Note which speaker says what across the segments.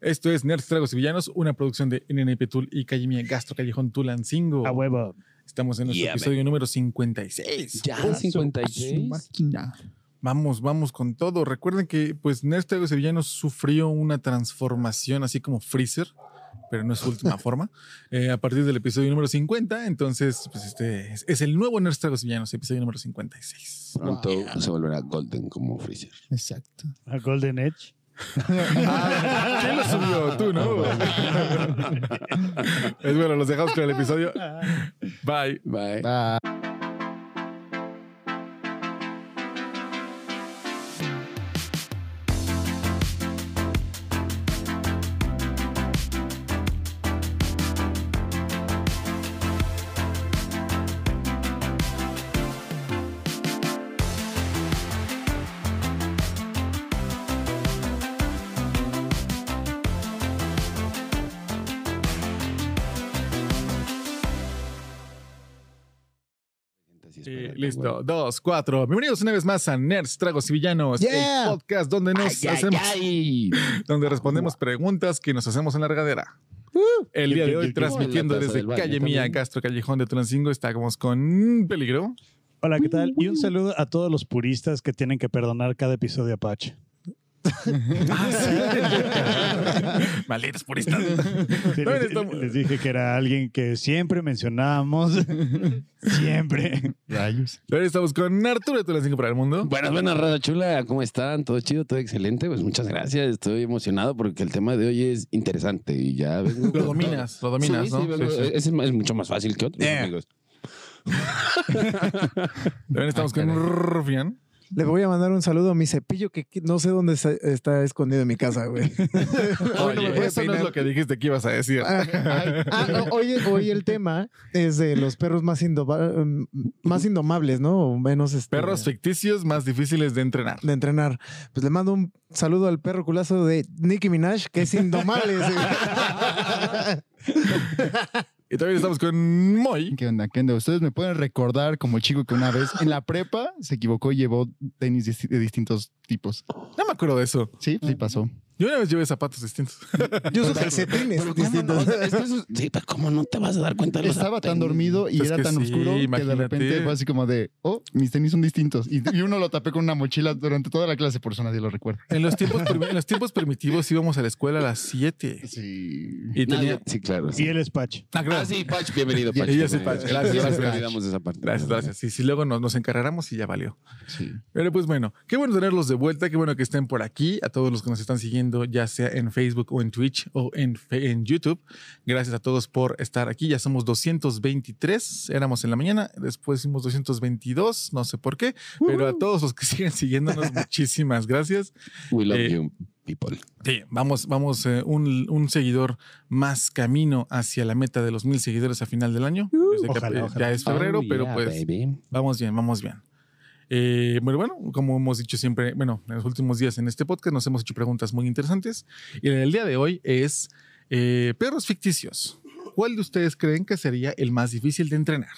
Speaker 1: Esto es Nerds, Tragos y Villanos, una producción de NNP Tool y Cajimia Gastro Callejón Tulancingo.
Speaker 2: A huevo.
Speaker 1: Estamos en nuestro
Speaker 3: Yeah,
Speaker 1: episodio número 56.
Speaker 3: Ya,
Speaker 1: A su-
Speaker 3: 56.
Speaker 1: a su máquina. Vamos, vamos con todo. Recuerden que pues Nerds, Tragos y Villanos sufrió una transformación así como Freezer, pero no es su última forma. eh, a partir del episodio número 50, entonces pues este es, es el nuevo Nerds, Tragos y Villanos, episodio número 56.
Speaker 3: Pronto se volverá Golden como Freezer.
Speaker 4: Exacto.
Speaker 2: A Golden Edge.
Speaker 1: Ah, ¿Quién lo subió? Tú, ¿no? es bueno, los dejamos con el episodio. Bye.
Speaker 3: Bye.
Speaker 4: Bye.
Speaker 1: Y listo, dos, cuatro. Bienvenidos una vez más a Nerds, Tragos y Villanos,
Speaker 4: Yeah.
Speaker 1: el podcast donde nos hacemos, donde respondemos preguntas que nos hacemos en la regadera. El día de
Speaker 2: Yo, yo,
Speaker 1: hoy,
Speaker 2: yo,
Speaker 1: transmitiendo
Speaker 3: en la taza
Speaker 1: desde
Speaker 3: del baño
Speaker 1: Calle Mía,
Speaker 3: también.
Speaker 1: Castro Callejón de Tulancingo, estamos con Peligro.
Speaker 2: Hola, ¿qué tal? Y un saludo a todos los puristas que tienen que perdonar cada episodio de Apache.
Speaker 1: Malditos puristas.
Speaker 2: Sí,
Speaker 1: También
Speaker 2: les,
Speaker 1: estamos-
Speaker 2: les dije que era alguien que siempre mencionábamos. siempre.
Speaker 4: Rayos.
Speaker 1: Ahora estamos con Arturo de Tulancingo para el Mundo.
Speaker 3: Buenas, buenas, Rada Chula. ¿Cómo están? ¿Todo chido? ¿Todo excelente? Pues muchas gracias. Estoy emocionado porque el tema de hoy es interesante y ya vengo
Speaker 1: Lo
Speaker 3: con
Speaker 1: dominas, lo
Speaker 3: todo.
Speaker 1: dominas,
Speaker 3: Sí,
Speaker 1: ¿no?
Speaker 3: sí, vengo-
Speaker 1: Sí, Eh. sí.
Speaker 3: Es, es mucho más fácil que otros,
Speaker 1: Yeah.
Speaker 3: amigos.
Speaker 1: También estamos
Speaker 3: Ah,
Speaker 1: con
Speaker 3: caray.
Speaker 1: Rufián.
Speaker 4: Le voy a mandar un saludo a mi cepillo que que no sé dónde está, está escondido en mi casa, güey. Hoy no me puede
Speaker 1: Eso no es
Speaker 4: peinar.
Speaker 1: lo que dijiste que ibas a decir.
Speaker 4: Ah, ah, no, hoy, hoy el tema es de los perros más, indoma- más indomables, ¿no? O menos este,
Speaker 1: Perros ficticios más difíciles de entrenar.
Speaker 4: de entrenar. Pues le mando un saludo al perro culazo de Nicki Minaj, que es indomable. ese, güey.
Speaker 1: Y también estamos con Moy.
Speaker 5: ¿Qué onda? ¿Qué onda? Ustedes me pueden recordar como chico que una vez en la prepa se equivocó y llevó tenis dis- de distintos tipos.
Speaker 1: No me acuerdo de eso.
Speaker 5: Sí, sí pasó.
Speaker 1: Yo una vez llevé zapatos distintos.
Speaker 4: Yo uso calcetines
Speaker 3: Pero ¿cómo no?
Speaker 4: distintos.
Speaker 3: Es que eso- sí, pero ¿cómo no te vas a dar cuenta? de los
Speaker 5: Estaba tan
Speaker 3: apen-
Speaker 5: dormido y
Speaker 1: Es
Speaker 5: era
Speaker 1: que
Speaker 5: tan
Speaker 1: sí,
Speaker 5: oscuro que
Speaker 1: imagínate.
Speaker 5: de repente fue así como de, oh, mis tenis son distintos. Y, y uno lo tapé con una mochila durante toda la clase, por eso nadie lo recuerda.
Speaker 1: En los tiempos, primi- en los tiempos primitivos íbamos a la escuela a las 7.
Speaker 5: Sí.
Speaker 1: Y tenía.
Speaker 3: Nadie- Sí, claro.
Speaker 2: Y
Speaker 3: sí.
Speaker 2: él es Pache.
Speaker 1: Ah,
Speaker 3: Ah,
Speaker 1: gracias.
Speaker 3: sí, Pach, bienvenido, Pach.
Speaker 1: Yo soy
Speaker 3: bienvenido.
Speaker 1: Pach. Gracias,
Speaker 3: Siempre
Speaker 1: gracias.
Speaker 3: olvidamos esa parte.
Speaker 1: Gracias, gracias. Sí, sí, luego nos, nos encarreramos y ya valió.
Speaker 5: Sí.
Speaker 1: Pero pues bueno, qué bueno tenerlos de vuelta, qué bueno que estén por aquí, a todos los que nos están siguiendo, ya sea en Facebook o en Twitch o en, Fe- en YouTube. Gracias a todos por estar aquí, ya somos 223, éramos en la mañana, después hicimos 222, no sé por qué, pero a todos los que siguen siguiéndonos, muchísimas gracias.
Speaker 3: We love
Speaker 1: Eh,
Speaker 3: you, people.
Speaker 1: Sí, vamos, vamos, eh, un, un seguidor más camino hacia la meta de los mil seguidores a final del año. Yo sé que,
Speaker 2: Ojalá,
Speaker 1: eh,
Speaker 2: ojalá.
Speaker 1: Ya es febrero,
Speaker 3: Oh,
Speaker 1: pero
Speaker 3: yeah,
Speaker 1: pues
Speaker 3: baby.
Speaker 1: vamos bien, vamos bien. Eh, bueno, bueno, como hemos dicho siempre, bueno, en los últimos días en este podcast nos hemos hecho preguntas muy interesantes y el día de hoy es eh, perros ficticios. ¿Cuál de ustedes creen que sería el más difícil de entrenar?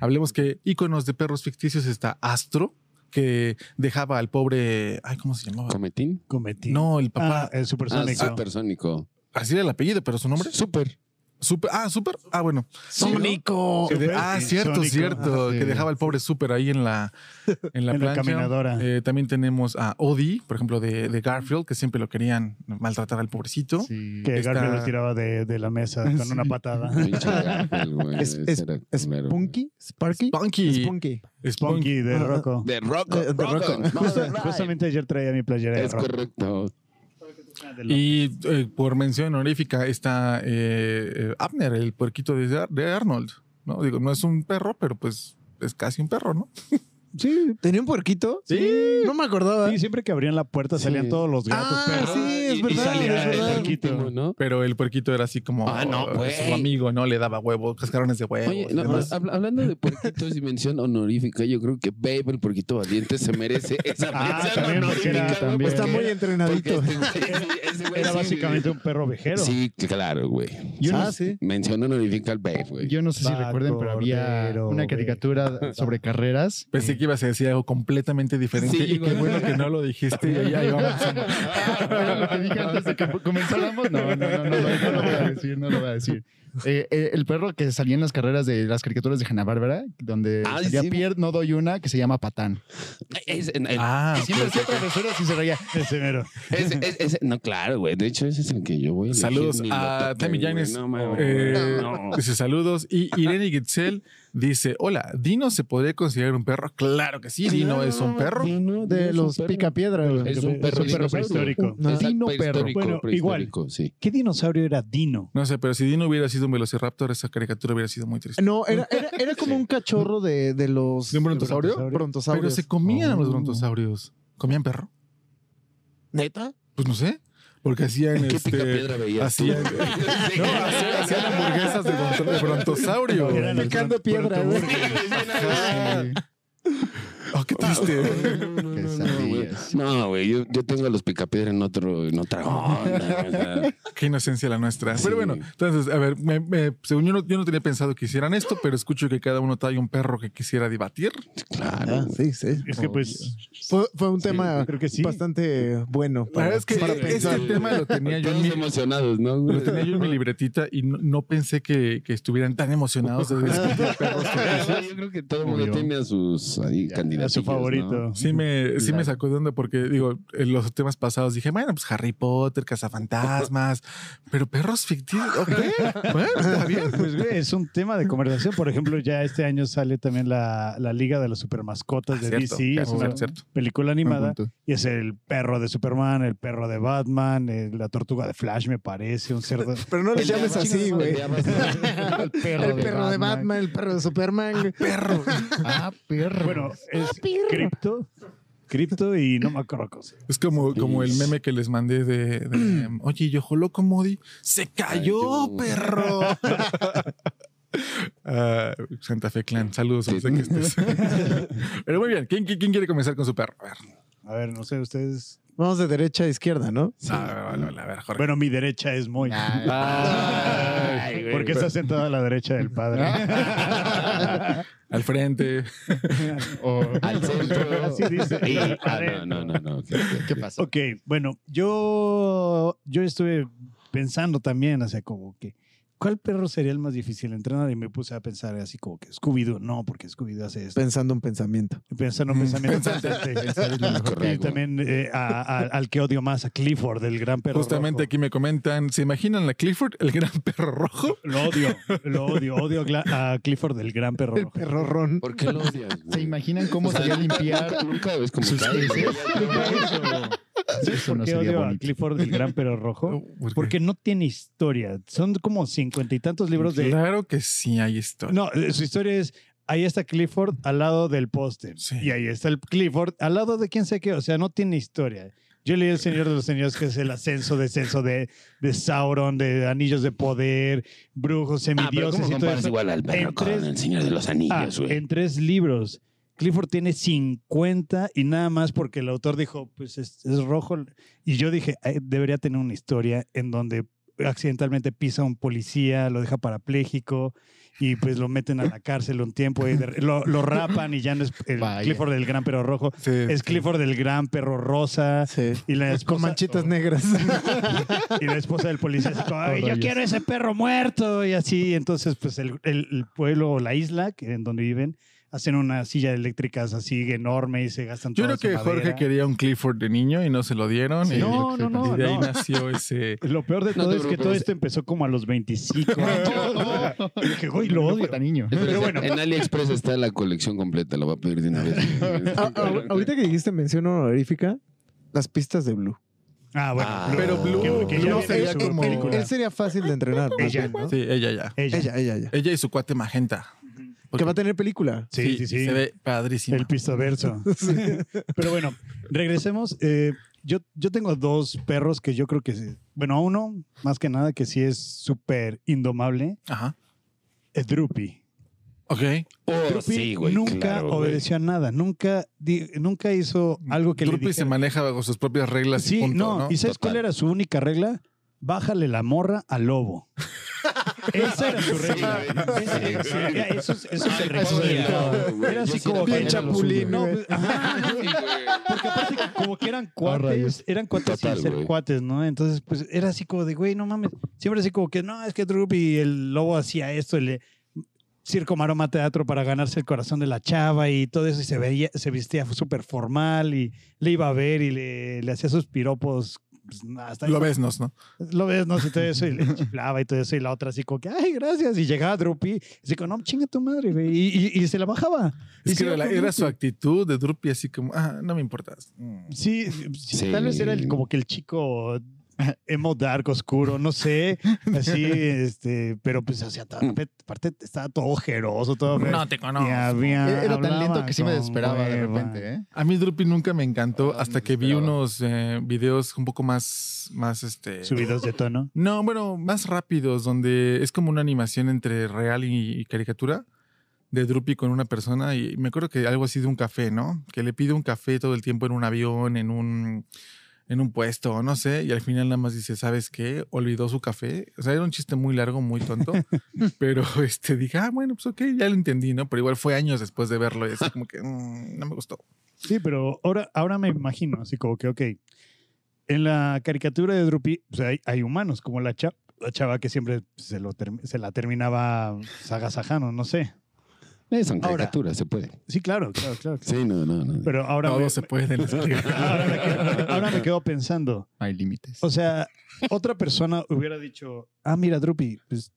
Speaker 1: Hablemos que íconos de perros ficticios está Astro, que dejaba al pobre, ay, ¿cómo se llamaba?
Speaker 3: ¿Cometín?
Speaker 2: Cometí.
Speaker 1: No, el papá.
Speaker 2: Ah, el
Speaker 3: Ah,
Speaker 2: supersónico.
Speaker 3: supersónico.
Speaker 1: Así era el apellido, pero su nombre.
Speaker 3: Super.
Speaker 1: Super, ah, Super. Ah, bueno.
Speaker 3: Sónico.
Speaker 1: Que de-
Speaker 2: Super
Speaker 1: ah,
Speaker 2: y
Speaker 1: cierto,
Speaker 2: Sónico.
Speaker 1: cierto.
Speaker 5: Ah, sí.
Speaker 1: que dejaba el pobre Super ahí en la, en la
Speaker 2: En la
Speaker 1: plancha.
Speaker 2: caminadora.
Speaker 1: Eh, también tenemos a Odie, por ejemplo, de, de Garfield, que siempre lo querían maltratar al pobrecito.
Speaker 5: Sí.
Speaker 2: que
Speaker 1: está-
Speaker 2: Garfield lo tiraba de, de la mesa con una patada.
Speaker 3: Pinche Garfield, güey,
Speaker 4: Es-
Speaker 3: ese era
Speaker 4: ¿Es
Speaker 3: culero,
Speaker 4: Punky? ¿Sparky?
Speaker 1: Spunky.
Speaker 4: Spunky.
Speaker 1: Spunky.
Speaker 2: Spunky de
Speaker 4: Ajá.
Speaker 2: Rocco.
Speaker 3: güey. De rock.
Speaker 4: De- de Rocco.
Speaker 2: Justa- justamente ayer traía mi playera de
Speaker 3: Es
Speaker 2: Rocco.
Speaker 3: correcto.
Speaker 2: De lo-
Speaker 1: Y eh, por mención honorífica está eh, eh, Abner, el puerquito de, Ar- de Arnold. ¿no? Digo, no es un perro, pero pues es casi un perro, ¿no?
Speaker 4: Sí. Mm. ¿Tenía un puerquito?
Speaker 1: Sí.
Speaker 4: No me acordaba.
Speaker 2: Sí, siempre que abrían la puerta salían
Speaker 3: Sí.
Speaker 2: todos los gatos,
Speaker 4: Ah,
Speaker 2: perros.
Speaker 4: sí, es
Speaker 3: Y- y
Speaker 4: verdad,
Speaker 3: salía
Speaker 2: es
Speaker 3: el
Speaker 2: verdad.
Speaker 3: legítimo, ¿no?
Speaker 1: Pero el puerquito era así como
Speaker 3: Ah, no,
Speaker 1: eh,
Speaker 3: güey.
Speaker 1: su amigo, ¿no? Le daba huevos, cascarones de huevos.
Speaker 3: Oye,
Speaker 1: y
Speaker 3: no,
Speaker 1: demás.
Speaker 3: habla- hablando de puerquitos y mención honorífica, yo creo que Babe, el puerquito valiente, se merece esa
Speaker 2: Ah,
Speaker 3: mención
Speaker 2: también, porque
Speaker 3: honorífica.
Speaker 2: era-
Speaker 3: güey,
Speaker 4: Está
Speaker 3: porque-
Speaker 4: muy entrenadito.
Speaker 3: porque este güey- ese güey
Speaker 2: era
Speaker 3: sí.
Speaker 2: básicamente un perro vejero.
Speaker 3: Sí, claro, güey.
Speaker 5: Yo no
Speaker 4: ah, sí.
Speaker 3: Mención honorífica al BAFE, güey.
Speaker 5: Yo no sé si recuerden, pero había
Speaker 2: Vaporero,
Speaker 5: una
Speaker 2: güey.
Speaker 5: caricatura sobre carreras.
Speaker 1: Pensé que ibas a decir algo completamente diferente
Speaker 3: Sí,
Speaker 1: y qué
Speaker 3: güey.
Speaker 1: bueno que no lo dijiste. y ahí vamos.
Speaker 5: Era lo que dije antes de que comenzáramos. No, no, no, no, no lo voy a decir, no lo voy a decir. Eh, eh, el perro que salía en las carreras de las caricaturas de Hanna Bárbara, donde
Speaker 3: Ah,
Speaker 5: salía
Speaker 3: sí.
Speaker 5: Pierre, no doy una, que se llama Patán.
Speaker 3: Es- en- en-
Speaker 1: Ah,
Speaker 5: Siempre hacía travesuras y se reía.
Speaker 2: Ese mero.
Speaker 3: es- es- es- no, claro, güey. De hecho, ese es el que yo voy a elegir
Speaker 1: Saludos
Speaker 3: mi
Speaker 1: a
Speaker 3: voto,
Speaker 1: Tammy
Speaker 3: güey.
Speaker 1: Llanes.
Speaker 3: No, mames,
Speaker 1: Eh,
Speaker 3: güey, no.
Speaker 1: Dice saludos. Y Irene Gitzel dice: Hola, ¿Dino se podría considerar un perro? Claro que sí, Dino es un perro.
Speaker 3: Dino, Dino
Speaker 4: De
Speaker 3: es un
Speaker 4: los
Speaker 3: perro.
Speaker 4: picapiedra, güey.
Speaker 3: Es
Speaker 2: Es
Speaker 3: un perro
Speaker 2: un perro
Speaker 3: dinosaurio.
Speaker 2: prehistórico.
Speaker 4: No.
Speaker 3: Exacto,
Speaker 5: Dino
Speaker 3: prehistórico,
Speaker 2: perro. Bueno,
Speaker 3: prehistórico, sí.
Speaker 2: ¿Qué dinosaurio era Dino?
Speaker 1: No sé, pero si Dino hubiera sido un velociraptor, esa caricatura hubiera sido muy triste.
Speaker 4: Ah, No, era, era, era como un cachorro de, de los.
Speaker 1: ¿De un brontosaurio?
Speaker 4: Brontosaurios.
Speaker 1: Pero se comían a los
Speaker 2: Oh.
Speaker 1: brontosaurios. ¿Comían perro?
Speaker 4: ¿Neta?
Speaker 1: Pues no sé. Porque hacían
Speaker 3: ¿Qué
Speaker 1: este.
Speaker 3: picapiedra veías
Speaker 1: hacían-
Speaker 3: tú?
Speaker 1: No, hacían, hacían hamburguesas de, bronto- de brontosaurio.
Speaker 2: Eran los
Speaker 4: Picando
Speaker 2: bron-
Speaker 4: piedra, güey.
Speaker 2: brontoburgers.
Speaker 1: Oh, qué triste.
Speaker 3: No, no, no, no,
Speaker 5: Quesadillas.
Speaker 3: güey. No, güey, yo, yo tengo a los picapiedra en otro, en otra onda. o sea,
Speaker 1: Qué inocencia la nuestra.
Speaker 3: Sí.
Speaker 1: Pero bueno, entonces, a ver, me- me- según yo no, yo no tenía pensado que hicieran esto, pero escucho que cada uno trae un perro que quisiera debatir.
Speaker 3: claro.
Speaker 4: Ah,
Speaker 3: güey.
Speaker 4: sí, sí.
Speaker 2: Es que pues.
Speaker 4: Fue, fue un tema
Speaker 2: creo que sí.
Speaker 4: bastante bueno.
Speaker 1: La verdad es que
Speaker 4: para
Speaker 1: este
Speaker 4: pensar.
Speaker 1: tema lo tenía yo en
Speaker 3: Todos
Speaker 1: mi,
Speaker 3: emocionados, ¿no? güey?
Speaker 1: lo tenía yo en mi libretita y no, no pensé que, que estuvieran tan emocionados de discutir perros.
Speaker 3: Yo creo que todo el mundo
Speaker 5: Obvio.
Speaker 3: tiene a sus ahí,
Speaker 2: A
Speaker 3: candidatos.
Speaker 2: su favorito.
Speaker 1: Sí me, sí me sacó de onda porque, digo, en los temas pasados dije, bueno, pues Harry Potter, cazafantasmas, pero perros ficticios, ok, bueno, está bien.
Speaker 2: Pues güey, es un tema de conversación. Por ejemplo, ya este año sale también la, la Liga de las Supermascotas de
Speaker 1: Cierto,
Speaker 2: DC. Es
Speaker 1: cierto,
Speaker 2: una
Speaker 1: cierto.
Speaker 2: película
Speaker 5: Buen
Speaker 2: animada.
Speaker 5: punto.
Speaker 2: Y es el perro de Superman, el perro de Batman, eh, la tortuga de Flash, me parece, un cerdo.
Speaker 4: Pero no le llames Pues así, güey.
Speaker 5: El perro,
Speaker 4: El perro de Batman, el perro de Superman. güey.
Speaker 1: Perro.
Speaker 5: Ah, perro.
Speaker 2: Bueno, es cripto. Cripto y no me acuerdo cosa.
Speaker 1: Es como, como el meme que les mandé de, de, oye, yo joloco Modi, se cayó,
Speaker 3: Cayó.
Speaker 1: perro. Ah, Santa Fe Clan, saludos
Speaker 3: Sí.
Speaker 1: donde sea que estés. Pero muy bien, ¿quién, quién, quién quiere comenzar con su perro? A ver,
Speaker 2: A ver, no sé, ustedes.
Speaker 4: Vamos de derecha a izquierda, ¿no?
Speaker 1: a ver, a ver, a ver, Jorge.
Speaker 2: Bueno, mi derecha es muy.
Speaker 3: Ah, Ay, güey.
Speaker 2: Porque está sentado a la derecha del padre.
Speaker 1: Al frente.
Speaker 5: O-
Speaker 3: Al centro.
Speaker 2: Así dice.
Speaker 3: Y- ah,
Speaker 2: Adentro.
Speaker 3: no, no, no, no. ok, ok.
Speaker 5: ¿Qué pasa?
Speaker 2: Ok, bueno, yo, yo estuve pensando también, o sea, como que, ¿cuál perro sería el más difícil de entrenar? Y me puse a pensar así como que Scooby-Doo, no, porque Scooby-Doo hace esto.
Speaker 4: Pensando un pensamiento.
Speaker 2: Pensando un pensamiento bastante.
Speaker 3: Correcto.
Speaker 2: Y también eh, a- a- al que odio más, a Clifford, el gran perro
Speaker 1: Justamente
Speaker 2: rojo.
Speaker 1: aquí me comentan, ¿se imaginan la Clifford, el gran perro rojo?
Speaker 2: Lo odio, lo odio, odio a Gla- a Clifford, el gran perro rojo.
Speaker 4: Perro ron.
Speaker 3: ¿Por qué lo odias, güey?
Speaker 5: ¿Se imaginan cómo
Speaker 3: O sea,
Speaker 5: sería limpiar?
Speaker 3: Nunca ves como
Speaker 5: sus
Speaker 3: cae, güey.
Speaker 5: heces? Eso
Speaker 2: ¿Por
Speaker 5: no
Speaker 2: qué
Speaker 5: sería
Speaker 2: odio a
Speaker 5: bonito.
Speaker 2: Clifford, el gran perro rojo?
Speaker 1: ¿Por qué?
Speaker 2: Porque no tiene historia. Son como cincuenta y tantos libros de,
Speaker 1: Claro que sí, ahí está.
Speaker 2: No, eh, su historia es, ahí está Clifford al lado del póster.
Speaker 1: Sí.
Speaker 2: Y ahí está el Clifford al lado de quién sé qué. O sea, no tiene historia. Yo leí El Señor de los Señores, que es el ascenso, descenso de, de Sauron, de Anillos de Poder, brujos,
Speaker 3: Ah, pero
Speaker 2: semidioses
Speaker 3: ¿cómo
Speaker 2: y todo
Speaker 3: comparas
Speaker 2: eso.
Speaker 3: igual al perro
Speaker 2: En
Speaker 3: con
Speaker 2: tres-
Speaker 3: el Señor de los
Speaker 2: Ah,
Speaker 3: Anillos, güey?
Speaker 2: en tres libros. Clifford tiene 50 y nada más porque el autor dijo, pues es, es rojo. Y yo dije, "Ay, debería tener una historia en donde accidentalmente pisa a un policía, lo deja parapléjico y pues lo meten a la cárcel un tiempo y de- lo, lo rapan y ya no es el
Speaker 5: Vaya.
Speaker 2: Clifford del gran perro rojo,
Speaker 1: Sí,
Speaker 2: es Clifford del gran perro rosa
Speaker 4: Sí.
Speaker 2: y la
Speaker 4: Con
Speaker 2: esposa,
Speaker 4: manchitas negras.
Speaker 2: y la esposa del policía así como, "Ay, yo
Speaker 5: rayos.
Speaker 2: quiero ese perro muerto y así. Entonces, pues el, el- el pueblo o la isla que, en donde viven hacen unas sillas eléctricas así enorme y se gastan
Speaker 1: Yo
Speaker 2: toda
Speaker 1: creo
Speaker 2: su
Speaker 1: que Jorge
Speaker 2: madera.
Speaker 1: quería un Clifford de niño y no se lo dieron.
Speaker 5: Sí,
Speaker 1: y,
Speaker 2: No, no,
Speaker 1: y
Speaker 2: no,
Speaker 1: de ahí
Speaker 2: no.
Speaker 1: nació ese.
Speaker 2: Lo peor de
Speaker 3: No
Speaker 2: todo
Speaker 3: te
Speaker 2: es que todo
Speaker 3: preocupes.
Speaker 2: esto empezó como a los 25. Y dije, güey, lo
Speaker 5: No fue
Speaker 2: odio.
Speaker 5: tan niño.
Speaker 3: Espera,
Speaker 2: Pero bueno.
Speaker 3: En AliExpress está la colección completa, la voy a pedir de una vez.
Speaker 4: Ah, ah, ahorita que dijiste mención honorífica, las pistas de Blue.
Speaker 2: Ah, bueno.
Speaker 3: Ah,
Speaker 1: Pero Blue-
Speaker 2: que- que ya
Speaker 1: Blue
Speaker 2: viene
Speaker 1: sería
Speaker 2: su
Speaker 1: como-
Speaker 2: película.
Speaker 4: Él sería fácil de entrenar. más
Speaker 2: Ella,
Speaker 4: bien, ¿no?
Speaker 1: Sí, ella ya.
Speaker 2: Ella.
Speaker 4: Ella, ella, ella.
Speaker 1: Ella y su cuate magenta.
Speaker 4: Que va a tener película.
Speaker 2: Sí, sí, sí.
Speaker 1: Se ve padrísimo.
Speaker 2: El pistoverso. Pero bueno, regresemos. Eh, yo, yo tengo dos perros que yo creo que, sí- bueno, a uno más que nada que sí es súper indomable,
Speaker 1: Ajá.
Speaker 2: es Droopy.
Speaker 1: Ok.
Speaker 3: Oh,
Speaker 2: Drupi
Speaker 3: sí, güey.
Speaker 2: nunca
Speaker 3: claro, güey.
Speaker 2: obedeció a nada, nunca, di- nunca hizo algo que
Speaker 1: Drupi
Speaker 2: le
Speaker 1: se
Speaker 2: dijera.
Speaker 1: maneja bajo sus propias reglas
Speaker 2: Sí,
Speaker 1: y punto,
Speaker 2: no,
Speaker 1: ¿no?
Speaker 2: ¿y sabes
Speaker 3: Total.
Speaker 2: cuál era su única regla? Bájale la morra al lobo. Esa era su regla.
Speaker 3: Sí, güey.
Speaker 2: Sí, era- Eso, eso se
Speaker 3: Ay, pobre
Speaker 2: regía.
Speaker 3: lobo, güey.
Speaker 2: Era
Speaker 3: Yo
Speaker 2: así
Speaker 3: sí
Speaker 2: como
Speaker 3: era
Speaker 2: que-
Speaker 4: Bien chapulín,
Speaker 2: No,
Speaker 4: güey.
Speaker 2: pues, ajá,
Speaker 3: Sí, güey.
Speaker 2: porque aparte que como que eran
Speaker 5: rayos.
Speaker 2: cuates, eran cuates sin
Speaker 3: Ah, Total,
Speaker 2: ser
Speaker 3: güey.
Speaker 2: cuates, ¿no? Entonces, pues era así como de, güey, no mames. Siempre así como que, no, es que Drupi y el lobo hacía esto, le circo maroma teatro para ganarse el corazón de la chava y todo eso, y se veía, se vestía súper formal y le iba a ver y le, le hacía sus piropos. pues, hasta ahí
Speaker 1: Lo ves, ¿no? ¿no?
Speaker 2: lo ves, no sé, todo eso, y le chiflaba y todo eso, y la otra así como que, ay, gracias, y llegaba Drupi, y así como, no, chinga tu madre, güey, y, y- y se la bajaba. Y
Speaker 1: Es que
Speaker 2: se
Speaker 1: era,
Speaker 2: iba
Speaker 1: la-
Speaker 2: con
Speaker 1: era
Speaker 2: Drupi.
Speaker 1: su actitud de Drupi así como, ah, no me importas. Mm.
Speaker 2: Sí, sí,
Speaker 3: Sí.
Speaker 2: tal vez era el, como que el chico emo dark, oscuro, no sé, así, este, pero pues hacía ta- aparte estaba todo ojeroso, todo feo.
Speaker 1: te
Speaker 2: Y
Speaker 5: Era
Speaker 2: había-
Speaker 5: era tan lento
Speaker 2: hablaba
Speaker 5: que sí me
Speaker 2: con
Speaker 5: desesperaba de
Speaker 2: hueva.
Speaker 5: repente, ¿eh?
Speaker 1: A mí Drupi nunca me encantó
Speaker 3: Ah,
Speaker 1: hasta
Speaker 3: no
Speaker 1: que vi
Speaker 3: esperaba.
Speaker 1: unos eh, videos un poco más, más este...
Speaker 2: Subidos de tono.
Speaker 1: No, bueno, más rápidos, donde es como una animación entre real y, y caricatura de Drupi con una persona y me acuerdo que algo así de un café, ¿no? Que le pide un café todo el tiempo en un avión, en un en un puesto, no sé, y al final nada más dice, ¿sabes qué? Olvidó su café. O sea, era un chiste muy largo, muy tonto, pero este dije, ah, bueno, pues ok, ya lo entendí, ¿no? Pero igual fue años después de verlo, y es como que mm, no me gustó.
Speaker 2: Sí, pero ahora, ahora me imagino, así como que, ok, en la caricatura de Drupi, o sea, hay, hay humanos, como la, cha- la chava que siempre se, lo term- se la terminaba sagasajano, no sé.
Speaker 3: Eh, son
Speaker 2: Ahora.
Speaker 3: caricaturas, se puede.
Speaker 2: Sí, claro, claro, claro. claro.
Speaker 3: Sí, no, no, no.
Speaker 2: Pero ahora,
Speaker 1: Todo
Speaker 2: me,
Speaker 1: se puede en las caricaturas.
Speaker 2: ahora me quedo, ahora me quedo pensando,
Speaker 5: No hay límites.
Speaker 2: o sea, otra persona hubiera dicho, ah, mira, Drupi, pues,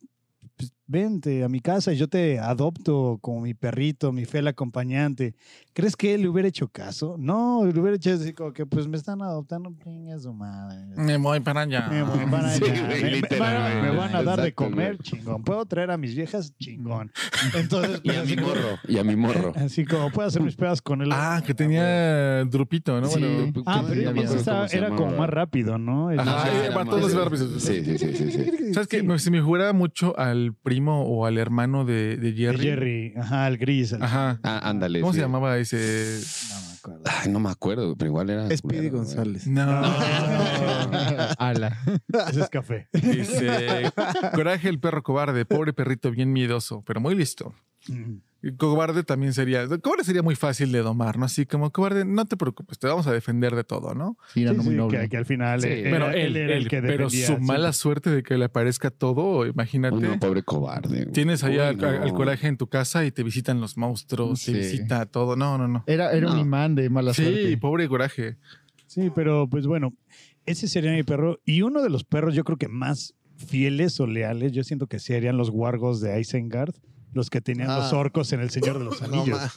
Speaker 2: pues, vente a mi casa, yo te adopto como mi perrito, mi fiel acompañante. ¿Crees que él le hubiera hecho caso? No, le hubiera hecho así como que, pues me están adoptando, chinga su madre.
Speaker 1: Me voy para allá.
Speaker 2: Me voy para
Speaker 3: Sí,
Speaker 2: allá.
Speaker 3: güey,
Speaker 2: Me- me-
Speaker 3: literal,
Speaker 2: me-
Speaker 3: güey.
Speaker 2: me van a dar de
Speaker 3: Exacto,
Speaker 2: comer,
Speaker 3: güey.
Speaker 2: chingón. Puedo traer a mis viejas, chingón. Entonces,
Speaker 3: Y
Speaker 2: pues,
Speaker 3: a
Speaker 2: así
Speaker 3: mi
Speaker 2: como-
Speaker 3: morro. Y a mi morro.
Speaker 2: Así como puedo hacer mis pedas con él.
Speaker 1: Mm. Ah, que tenía Drupito, ¿no?
Speaker 5: Sí.
Speaker 1: Bueno,
Speaker 2: Ah, pero yo
Speaker 5: no me acuerdo
Speaker 2: pensé estaba- era como más rápido, ¿no? El-
Speaker 1: Ajá,
Speaker 2: Ah,
Speaker 1: eh, para todos los verbos.
Speaker 3: Sí, sí, sí, sí, sí.
Speaker 1: ¿Sabes qué? Me- Se me jugara mucho al primo o al hermano de, de
Speaker 2: el
Speaker 1: Jerry.
Speaker 2: Jerry, ajá, el gris. el-
Speaker 1: Ajá.
Speaker 3: Ah, ándale.
Speaker 1: ¿Cómo
Speaker 3: sí.
Speaker 1: se llamaba ese?
Speaker 2: No me acuerdo.
Speaker 3: Ay, no me acuerdo, pero igual era. culero, güey.
Speaker 4: Speedy González.
Speaker 1: No.
Speaker 5: Ala.
Speaker 2: Ese es café.
Speaker 1: Dice, Coraje el perro cobarde, pobre perrito bien miedoso, pero muy listo. Y Cobarde también sería, cobarde sería muy fácil de domar, ¿no? Así como, cobarde, no te preocupes, te vamos a defender de todo, ¿no?
Speaker 5: Sí, era
Speaker 2: Sí,
Speaker 5: muy
Speaker 2: sí, que,
Speaker 5: noble.
Speaker 2: que al final
Speaker 3: Sí.
Speaker 2: eh,
Speaker 1: Pero
Speaker 2: era-
Speaker 1: él,
Speaker 2: era el
Speaker 1: él,
Speaker 2: que
Speaker 1: pero
Speaker 2: defendía,
Speaker 1: su
Speaker 2: sí. Oh,
Speaker 1: mala suerte de que le aparezca todo, imagínate.
Speaker 3: Uy, no, pobre cobarde. güey.
Speaker 1: Tienes ahí
Speaker 3: Uy,
Speaker 1: al,
Speaker 3: no.
Speaker 1: al coraje en tu casa y te visitan los monstruos,
Speaker 5: Sí.
Speaker 1: te visita todo. No, no, no.
Speaker 5: Era, era un
Speaker 3: No.
Speaker 5: imán de mala
Speaker 1: sí,
Speaker 5: suerte.
Speaker 1: pobre coraje.
Speaker 2: Sí, pero pues bueno, ese sería mi perro. Y uno de los perros, yo creo que más fieles o leales, yo siento que serían los wargos de Isengard, los que tenían
Speaker 4: Ah.
Speaker 2: los orcos en El Señor de los
Speaker 4: No,
Speaker 2: Anillos.
Speaker 4: ma.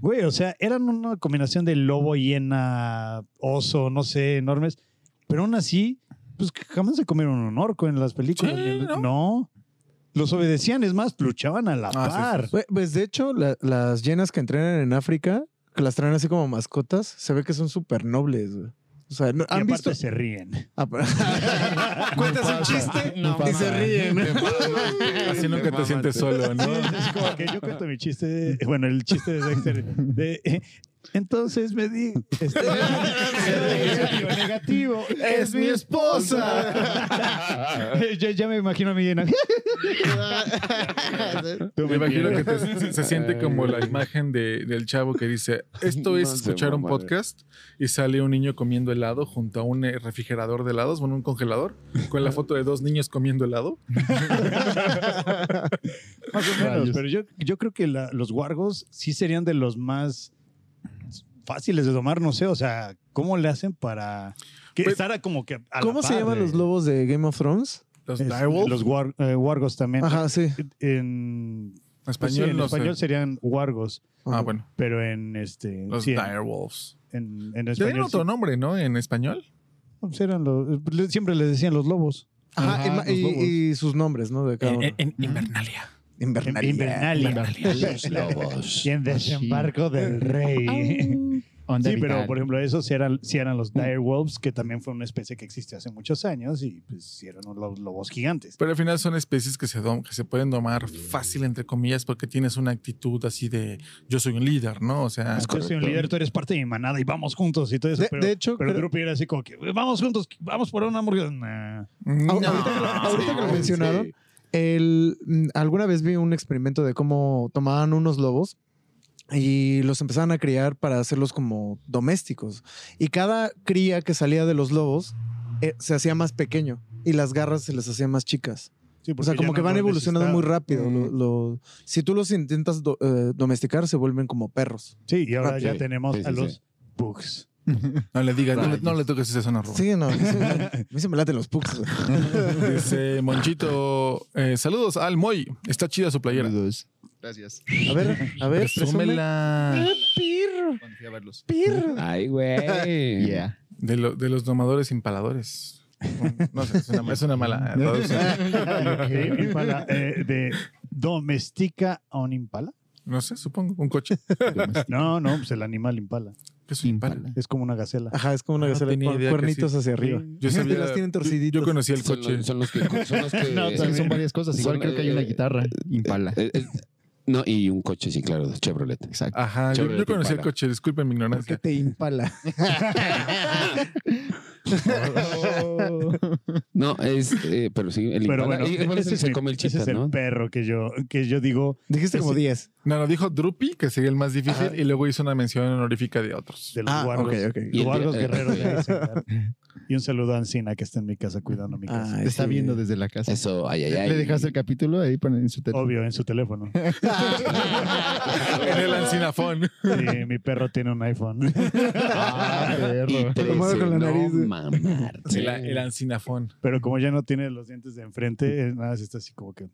Speaker 2: Güey, o sea, eran una combinación de lobo, hiena, oso, no sé, enormes. Pero aún así, pues jamás se comieron un orco en las películas.
Speaker 1: Sí,
Speaker 2: ni en-
Speaker 1: ¿no?
Speaker 2: ¿no? Los obedecían, es más, luchaban a la
Speaker 1: Ah, sí, sí,
Speaker 2: par.
Speaker 4: Güey, Pues de hecho, la- las llenas que entrenan en África, que las traen así como mascotas, se ve que son súper nobles, güey. O sea, ¿no-
Speaker 2: Y
Speaker 4: ¿han
Speaker 2: aparte
Speaker 4: visto?
Speaker 2: se ríen.
Speaker 4: Ah, pero- Cuentas un chiste
Speaker 5: No
Speaker 4: y se
Speaker 5: mames.
Speaker 4: ríen.
Speaker 1: Así nunca te sientes solo, ¿no?
Speaker 2: Es como que yo cuento mi chiste, de- eh, bueno, el chiste de Dexter. de, eh, entonces me di. este, negativo, negativo.
Speaker 1: ¡Es mi esposa!
Speaker 2: Yo ya me imagino a mi llena.
Speaker 1: Me imagino que te- se, se siente como la imagen de- del chavo que dice, esto es
Speaker 3: No sé,
Speaker 1: escuchar un
Speaker 3: mamá, güey.
Speaker 1: podcast y sale un niño comiendo helado junto a un eh, refrigerador de helados, bueno, un congelador, con
Speaker 2: Ah.
Speaker 1: la foto de dos niños comiendo helado.
Speaker 2: Más o menos,
Speaker 5: Rayos.
Speaker 2: pero yo, yo creo que la- los wargos sí serían de los más fáciles de domar, no sé, o sea, ¿cómo le hacen para que
Speaker 1: Pues,
Speaker 2: estar a como que a la
Speaker 4: ¿Cómo se
Speaker 2: par
Speaker 4: llaman
Speaker 2: de-
Speaker 4: los lobos de Game of Thrones?
Speaker 1: Los
Speaker 2: es-
Speaker 1: direwolves,
Speaker 2: Los war- eh, wargos también.
Speaker 4: Ajá, sí.
Speaker 2: En
Speaker 1: en
Speaker 2: pues sí,
Speaker 1: español,
Speaker 2: en
Speaker 1: no sé.
Speaker 2: español serían wargos,
Speaker 1: Ah, bueno,
Speaker 2: pero en este
Speaker 1: los
Speaker 2: sí, en-
Speaker 1: direwolves.
Speaker 2: en, en
Speaker 1: Tienen
Speaker 2: español
Speaker 1: otro nombre, ¿no? En español.
Speaker 2: sí, pues eran los- le- siempre les decían los lobos.
Speaker 4: Ajá, y
Speaker 5: Ajá,
Speaker 4: ma-
Speaker 5: los lobos.
Speaker 4: y, y sus nombres, ¿no? De cada
Speaker 1: Eh,
Speaker 4: uno.
Speaker 1: Invernalia.
Speaker 4: Invernalia.
Speaker 2: Invernalia.
Speaker 3: Los lobos.
Speaker 2: Y en desembarco del rey.
Speaker 5: Onda
Speaker 2: Sí, pero
Speaker 5: vital.
Speaker 2: por ejemplo, esos sí eran, sí eran los dire wolves, que también fue una especie que existió hace muchos años y pues sí eran los lobos gigantes.
Speaker 1: Pero al final son especies que se, dom- que se pueden domar fácil, entre comillas, porque tienes una actitud así de yo soy un líder, ¿no? O sea,
Speaker 2: Yo soy un
Speaker 3: correcto.
Speaker 2: líder, tú eres parte de mi manada y vamos juntos y todo eso.
Speaker 4: De-
Speaker 2: pero
Speaker 4: de hecho,
Speaker 2: pero
Speaker 4: creo-
Speaker 2: Drupi era así como que vamos juntos, vamos por una hamburguesa. Nah.
Speaker 1: no.
Speaker 4: ahorita- Ah, ahorita que lo mencionaron,
Speaker 3: Sí.
Speaker 4: El, mm, alguna vez vi un experimento de cómo tomaban unos lobos y los empezaban a criar para hacerlos como domésticos. Y cada cría que salía de los lobos eh, se hacía más pequeño y las garras se les hacían más chicas.
Speaker 2: Sí,
Speaker 4: O
Speaker 2: porque
Speaker 4: sea,
Speaker 2: ya
Speaker 4: como
Speaker 2: no Mm.
Speaker 4: que van
Speaker 2: vuelves
Speaker 4: evolucionando
Speaker 2: estado.
Speaker 4: muy rápido.
Speaker 3: Ujú.
Speaker 4: Lo- lo- si tú los intentas do- eh, domesticar, se vuelven como perros.
Speaker 2: Sí, y ahora ya
Speaker 3: Sí,
Speaker 2: tenemos
Speaker 3: sí, sí,
Speaker 2: a
Speaker 3: sí.
Speaker 2: los bugs.
Speaker 1: No le digas, no, le- no le toques esa zona roja.
Speaker 4: Sí, no. A mí se- a mí se me laten los pugs.
Speaker 1: Dice Monchito, eh, saludos al Moy. Está chida su playera.
Speaker 5: Saludos. Gracias.
Speaker 4: A ver, a ver. presúmela.
Speaker 1: Presúmela.
Speaker 4: Pirr,
Speaker 5: Cuando fui a verlos.
Speaker 4: pirr.
Speaker 3: Ay, güey.
Speaker 5: Yeah.
Speaker 1: De, lo- de los domadores impaladores. No sé, es una, es una mala traducción.
Speaker 2: Eh, impala, eh, de domestica a un impala.
Speaker 1: No sé, supongo. Un coche.
Speaker 2: No, no, pues el animal impala.
Speaker 1: ¿Qué es un impala?
Speaker 2: Es como una gacela.
Speaker 4: Ajá, es como una
Speaker 1: No
Speaker 4: gacela
Speaker 1: tenía
Speaker 4: con
Speaker 1: idea que
Speaker 4: cuernitos hacia arriba.
Speaker 1: Yo sabía.
Speaker 4: las tienen
Speaker 1: yo-
Speaker 4: torciditos.
Speaker 1: Yo conocía el
Speaker 3: Son,
Speaker 1: coche.
Speaker 3: los, son los que. Son los que
Speaker 2: No,
Speaker 5: Es que son
Speaker 2: también.
Speaker 5: varias cosas. Igual
Speaker 3: Son,
Speaker 5: creo que hay una
Speaker 3: eh,
Speaker 5: guitarra. Impala.
Speaker 3: Eh, eh, no, y un coche, sí, claro, Chevrolet.
Speaker 5: Exacto.
Speaker 1: Ajá, yo,
Speaker 3: Chevrolet
Speaker 1: yo conocía el
Speaker 3: Impala.
Speaker 1: coche. Disculpen mi
Speaker 4: ¿Por qué
Speaker 1: ignorancia.
Speaker 4: te impala?
Speaker 5: Oh.
Speaker 3: No, es. eh, pero sí, el
Speaker 2: Pero
Speaker 3: Impala.
Speaker 2: bueno,
Speaker 3: Y, bueno,
Speaker 2: ese
Speaker 3: se,
Speaker 2: es,
Speaker 3: se
Speaker 2: mi-
Speaker 3: come el
Speaker 2: ese
Speaker 3: chita,
Speaker 2: es el
Speaker 3: ¿no?
Speaker 2: perro que yo, que yo digo
Speaker 4: Dijiste como
Speaker 2: Ese-
Speaker 4: 10.
Speaker 1: No, no, dijo Drupi, que sería el más difícil,
Speaker 4: Ajá.
Speaker 1: y luego hizo una mención honorífica de otros.
Speaker 2: de los guardos.
Speaker 4: ok.
Speaker 3: Ah, Y el
Speaker 2: Guardos
Speaker 3: día-
Speaker 2: guerreros.
Speaker 3: eh,
Speaker 2: de Eisenberg. y un saludo a Ancina que está en mi casa cuidando
Speaker 3: Ah,
Speaker 2: mi casa.
Speaker 4: Ay,
Speaker 5: Te está
Speaker 4: sí.
Speaker 5: viendo desde la casa.
Speaker 3: Eso, ay, ay, ay.
Speaker 5: Le dejaste el capítulo ahí pon- en su teléfono.
Speaker 2: Obvio, en su teléfono.
Speaker 1: en el ancinafón.
Speaker 2: Sí, mi perro tiene un iPhone.
Speaker 5: Ah, perro.
Speaker 3: Y
Speaker 4: Te lo mueve
Speaker 3: 13,
Speaker 4: con la
Speaker 3: no
Speaker 4: nariz.
Speaker 3: mamar.
Speaker 1: El, el ancinafón.
Speaker 2: Pero como ya no tiene los dientes de enfrente, eh, nada, se está así como que.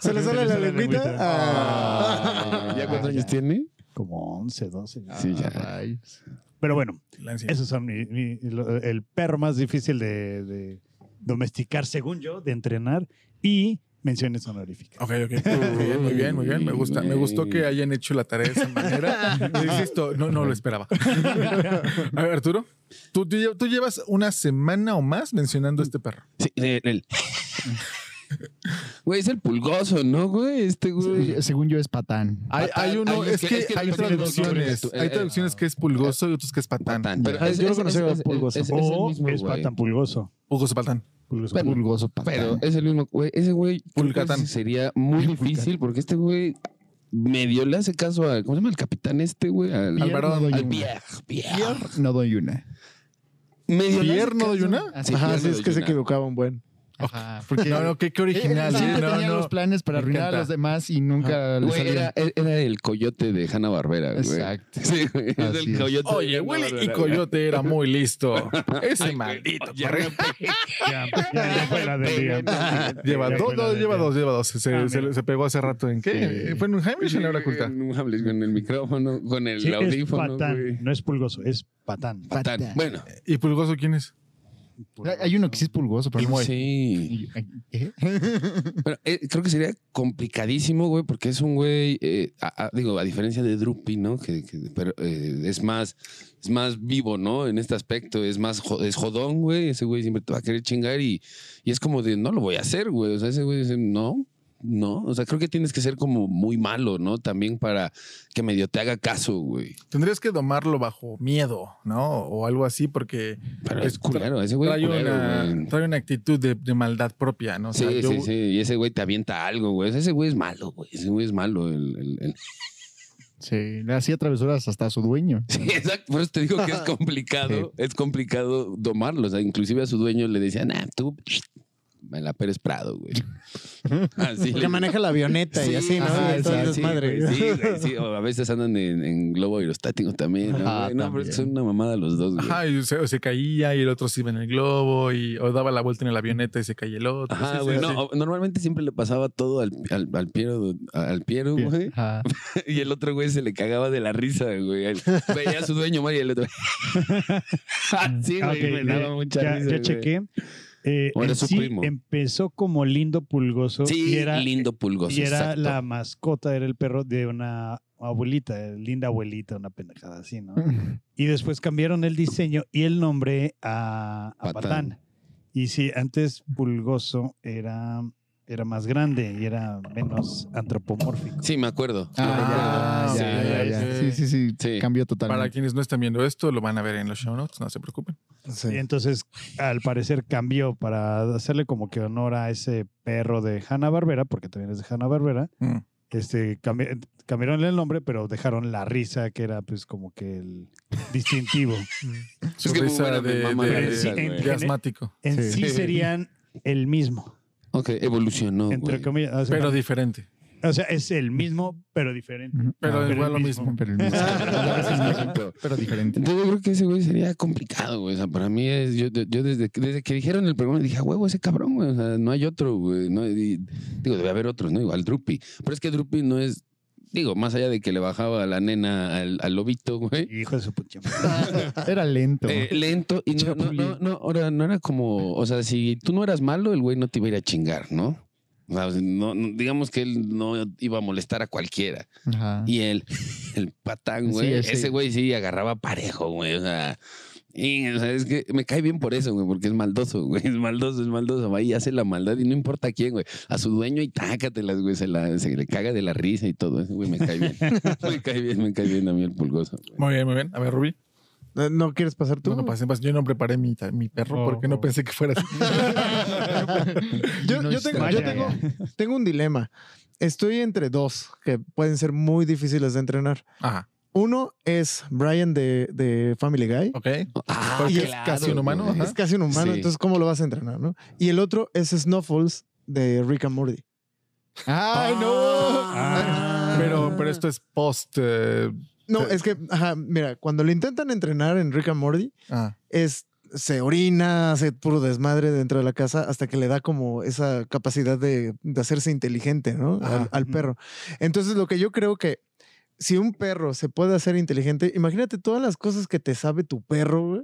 Speaker 4: ¿Se le sale la lengüita?
Speaker 3: Ah, ¿Ya cuántos años tiene?
Speaker 2: Como 11, 12. ya.
Speaker 3: Sí, ya.
Speaker 5: rayos.
Speaker 2: Pero bueno,
Speaker 1: El ancinafón.
Speaker 2: esos son mi- mi- lo- el perro más difícil de, de domesticar, según yo, de entrenar. Y menciones honoríficas.
Speaker 1: Ok, ok. Muy bien, muy bien. Me gusta. Me gustó que hayan hecho la tarea de esa manera. Insisto, no, no lo esperaba. A ver, Arturo, tú, tú lle- tú llevas una semana o más mencionando a este perro.
Speaker 3: Sí, el- el- Güey, es el pulgoso, ¿no, güey? Este güey.
Speaker 5: Según yo es patán.
Speaker 1: Hay, hay uno,
Speaker 3: Ah, Hay-
Speaker 1: es que,
Speaker 3: es que
Speaker 1: hay
Speaker 3: no tiene dos nombres,
Speaker 1: traducciones.
Speaker 3: tú.
Speaker 1: Hay
Speaker 3: Eh,
Speaker 1: traducciones que es pulgoso y otros que es patán.
Speaker 3: Patán. Pero
Speaker 4: Ajá,
Speaker 3: es-
Speaker 4: yo lo
Speaker 3: es-
Speaker 4: conocí
Speaker 3: es-
Speaker 4: como
Speaker 3: es-
Speaker 4: pulgoso.
Speaker 3: es- es el
Speaker 2: o
Speaker 3: mismo,
Speaker 2: es
Speaker 3: güey.
Speaker 2: patan pulgoso.
Speaker 1: Pulgoso patán.
Speaker 2: Pulgoso.
Speaker 3: Pero-
Speaker 5: Pulgoso patán.
Speaker 3: Pero es el mismo, güey. Ese güey yo creo que
Speaker 1: Pulcatán.
Speaker 3: sería muy difícil porque este güey medio le hace caso a. ¿Cómo se llama el capitán este, güey? Al,
Speaker 1: Al
Speaker 5: Pierre
Speaker 1: varón,
Speaker 5: no doy
Speaker 3: al
Speaker 5: una. Ah,
Speaker 3: Pierre. Pierre.
Speaker 5: No doy una.
Speaker 3: Medio le hace
Speaker 1: ¿Pierre no
Speaker 3: caso.
Speaker 1: doy una?
Speaker 3: Ah,
Speaker 4: Ajá,
Speaker 3: Pierre
Speaker 4: sí,
Speaker 3: no
Speaker 4: es
Speaker 3: doy
Speaker 4: que se
Speaker 3: una.
Speaker 4: equivocaba un buen.
Speaker 5: Ajá. Porque
Speaker 1: No, no, qué, qué original.
Speaker 5: Él
Speaker 1: ¿eh?
Speaker 5: siempre
Speaker 1: No,
Speaker 5: tenía los
Speaker 1: no.
Speaker 5: planes para
Speaker 1: Me
Speaker 5: arruinar
Speaker 1: encanta.
Speaker 5: a los demás y nunca le
Speaker 3: Güey,
Speaker 5: salían.
Speaker 3: era, era el coyote de Hanna Barbera, güey.
Speaker 5: Exacto.
Speaker 3: Sí, güey. Es
Speaker 5: Así
Speaker 3: el
Speaker 5: es.
Speaker 3: coyote.
Speaker 1: Oye,
Speaker 3: de
Speaker 1: Willy y
Speaker 3: Hanna-Barbera.
Speaker 1: Coyote era muy listo. Ese
Speaker 3: Ay,
Speaker 1: maldito.
Speaker 3: güey, ya
Speaker 1: perro.
Speaker 2: Ya, ya, ya fue la del día.
Speaker 1: Lleva
Speaker 2: Ya
Speaker 1: dos,
Speaker 2: fue la
Speaker 1: no,
Speaker 2: del
Speaker 1: lleva
Speaker 2: día.
Speaker 1: dos, lleva dos. Se,
Speaker 2: Ah,
Speaker 1: se-
Speaker 2: mira.
Speaker 1: se pegó hace rato en qué?
Speaker 5: Sí.
Speaker 1: ¿Fue en un Hamish o en la hora oculta?
Speaker 3: En un Hamlet, con el micrófono, con el
Speaker 2: Sí, es
Speaker 3: audífono.
Speaker 2: patán.
Speaker 3: güey.
Speaker 2: No es pulgoso, es patán.
Speaker 3: Patán. Bueno,
Speaker 1: ¿Y Pulgoso quién es?
Speaker 5: Hay uno que sí es pulgoso, pero
Speaker 1: El
Speaker 5: no
Speaker 1: Moy.
Speaker 5: sé.
Speaker 3: sí.
Speaker 5: Y- ¿eh? ¿Qué?
Speaker 3: Pero, eh, creo que sería complicadísimo, güey, porque es un güey, eh, a- a- digo, a diferencia de Drupi, ¿no? Que, que- pero, eh, es, más, es más vivo, ¿no? En este aspecto, es más jo- es jodón, güey. Ese güey siempre te va a querer chingar y, y es como de, no lo voy a hacer, güey. O sea, ese güey dice, no, no. O sea, creo que tienes que ser como muy malo, ¿no? También para que medio te haga caso, güey.
Speaker 1: Tendrías que domarlo bajo miedo, ¿no? O algo así, porque
Speaker 3: Pero
Speaker 1: Es
Speaker 3: es culero, ese güey. es
Speaker 1: trae,
Speaker 3: culero,
Speaker 1: una,
Speaker 3: güey.
Speaker 1: trae una actitud de, de maldad propia, ¿no? O
Speaker 3: Sí,
Speaker 1: sea, yo-
Speaker 3: sí, sí. Y ese güey te avienta algo, güey. O sea, Ese güey es malo, güey. Ese güey es malo. El, el- el-
Speaker 5: Sí, le hacía travesuras hasta a su dueño.
Speaker 3: Sí, exacto. Por eso te digo que es complicado. Es complicado domarlo. O sea, inclusive a su dueño le decían, ah, tú me la Pérez Prado, güey. Así
Speaker 4: Que
Speaker 3: le-
Speaker 4: maneja la avioneta y así, ¿no?
Speaker 5: ajá,
Speaker 4: Y todo el
Speaker 5: exacto,
Speaker 3: sí,
Speaker 4: desmadre.
Speaker 3: güey, sí, güey, sí. O a veces andan en, en globo aerostático también. No,
Speaker 5: Ajá,
Speaker 3: Güey, no pero es que
Speaker 5: también.
Speaker 3: son una mamada los dos, güey.
Speaker 1: Ajá, y se, se caía y el otro se iba en el globo y o daba la vuelta en la avioneta y se caía el otro.
Speaker 3: Ajá,
Speaker 1: Sí, sí,
Speaker 3: güey.
Speaker 1: sí.
Speaker 3: no, o- Normalmente siempre le pasaba todo al, al, al Piero, al Piero, güey.
Speaker 5: Ajá.
Speaker 3: Y el otro güey se le cagaba de la risa, güey. Él Veía a su dueño, Mario, y el otro. sí,
Speaker 2: Ah,
Speaker 3: güey,
Speaker 2: ok,
Speaker 3: me daba
Speaker 2: ya-
Speaker 3: mucha
Speaker 2: ya,
Speaker 3: risa.
Speaker 2: ya
Speaker 3: güey.
Speaker 2: chequé. Eh,
Speaker 3: O era
Speaker 2: en
Speaker 3: su
Speaker 2: sí
Speaker 3: primo.
Speaker 2: empezó como lindo pulgoso
Speaker 3: Sí,
Speaker 2: y era,
Speaker 3: lindo pulgoso.
Speaker 2: y era
Speaker 3: exacto.
Speaker 2: la mascota, era el perro de una abuelita, eh, linda abuelita, una pendejada así, ¿no? Y después cambiaron el diseño y el nombre a, a
Speaker 3: Patán.
Speaker 2: Patán. Y sí, antes Bulgoso era, era más grande y era menos antropomórfico.
Speaker 3: Sí, me acuerdo.
Speaker 5: Ah,
Speaker 1: Sí,
Speaker 5: ya, ya, ya.
Speaker 1: sí.
Speaker 5: Sí, sí, sí.
Speaker 3: Sí.
Speaker 5: Cambió
Speaker 1: Para
Speaker 5: totalmente.
Speaker 1: quienes no están viendo esto, lo van a ver en los show notes, no se preocupen.
Speaker 4: Sí.
Speaker 2: Y entonces, al parecer, cambió para hacerle como que honor a ese perro de Hanna-Barbera, porque también es de Hanna-Barbera.
Speaker 1: Mm.
Speaker 2: Este, cambi- cambiaron el nombre, pero dejaron la risa, que era pues como que el distintivo.
Speaker 1: Su
Speaker 3: Es que muy
Speaker 1: risa
Speaker 3: buena, me
Speaker 1: de,
Speaker 3: mama
Speaker 1: de-
Speaker 3: la
Speaker 1: de-
Speaker 3: risa,
Speaker 1: de
Speaker 2: güey.
Speaker 1: asmático,
Speaker 2: En
Speaker 5: Sí.
Speaker 2: sí, serían el mismo,
Speaker 3: Ok, evolucionó.
Speaker 2: entre
Speaker 3: güey.
Speaker 2: comillas. O sea,
Speaker 1: pero diferente.
Speaker 2: o sea, es el mismo, pero diferente.
Speaker 5: Ujú.
Speaker 1: Pero
Speaker 5: Ah,
Speaker 1: igual
Speaker 2: el
Speaker 1: lo
Speaker 2: mismo.
Speaker 1: mismo.
Speaker 5: pero el mismo.
Speaker 3: Pero-
Speaker 5: Pero diferente.
Speaker 3: Entonces yo creo que ese güey sería complicado, güey. O sea, para mí es, yo, yo desde, que- desde que dijeron el programa dije, "A huevo, ese cabrón, güey. O sea, no hay otro, güey. No, y- digo, debe haber otros, ¿no? Igual Drupi. Pero es que Drupi no es, digo, más allá de que le bajaba la nena al, al lobito, güey.
Speaker 2: Hijo de su puta madre.
Speaker 5: Era lento.
Speaker 3: eh, lento y no, no, no, no, ahora no era como, o sea, si tú no eras malo, el güey no te iba a ir a chingar, ¿no? O sea, no- no- digamos que él no iba a molestar a cualquiera.
Speaker 5: Ajá.
Speaker 3: Y el, el patán,
Speaker 5: Sí,
Speaker 3: güey.
Speaker 5: sí.
Speaker 3: Ese güey sí agarraba parejo, güey. O sea, y, o sea, es que me cae bien por eso, güey, porque es maldoso, güey. Es maldoso, es maldoso. Va y hace la maldad y no importa a quién, güey. A su dueño y tácatelas, güey. Se, la, se le caga de la risa y todo. Ese güey me cae bien. me cae bien, me cae bien a mí el pulgoso. güey.
Speaker 1: Muy bien, muy bien. A ver, Rubí.
Speaker 4: Eh, ¿No quieres pasar tú?
Speaker 1: No, no pasen, pasen. Yo no preparé mi, ta- mi perro
Speaker 5: Oh.
Speaker 1: porque no pensé que fuera así.
Speaker 4: yo,
Speaker 5: No
Speaker 4: yo
Speaker 5: está.
Speaker 4: tengo, yo
Speaker 2: Vaya,
Speaker 4: tengo, tengo un dilema. Estoy entre dos que pueden ser muy difíciles de entrenar.
Speaker 1: Ajá,
Speaker 4: Uno es Brian de, de Family Guy.
Speaker 1: ok.
Speaker 3: Ah,
Speaker 1: Porque es casi un humano,
Speaker 3: güey.
Speaker 1: ajá.
Speaker 4: Es casi un humano,
Speaker 3: Sí.
Speaker 4: entonces ¿cómo lo vas a entrenar? no? Y el otro es Snuffles de Rick and Morty.
Speaker 5: ¡Ay, no!
Speaker 2: Ah.
Speaker 1: Pero, pero esto es post. eh,
Speaker 4: No,
Speaker 1: Te-
Speaker 4: es que, ajá, mira, cuando lo intentan entrenar en Rick and Morty,
Speaker 1: ah,
Speaker 4: es, se orina, hace puro desmadre dentro de la casa hasta que le da como esa capacidad de, de hacerse inteligente, ¿no? Al,
Speaker 1: Ajá.
Speaker 4: al perro. Entonces, lo que yo creo que si un perro se puede hacer inteligente, imagínate todas las cosas que te sabe tu perro, güey,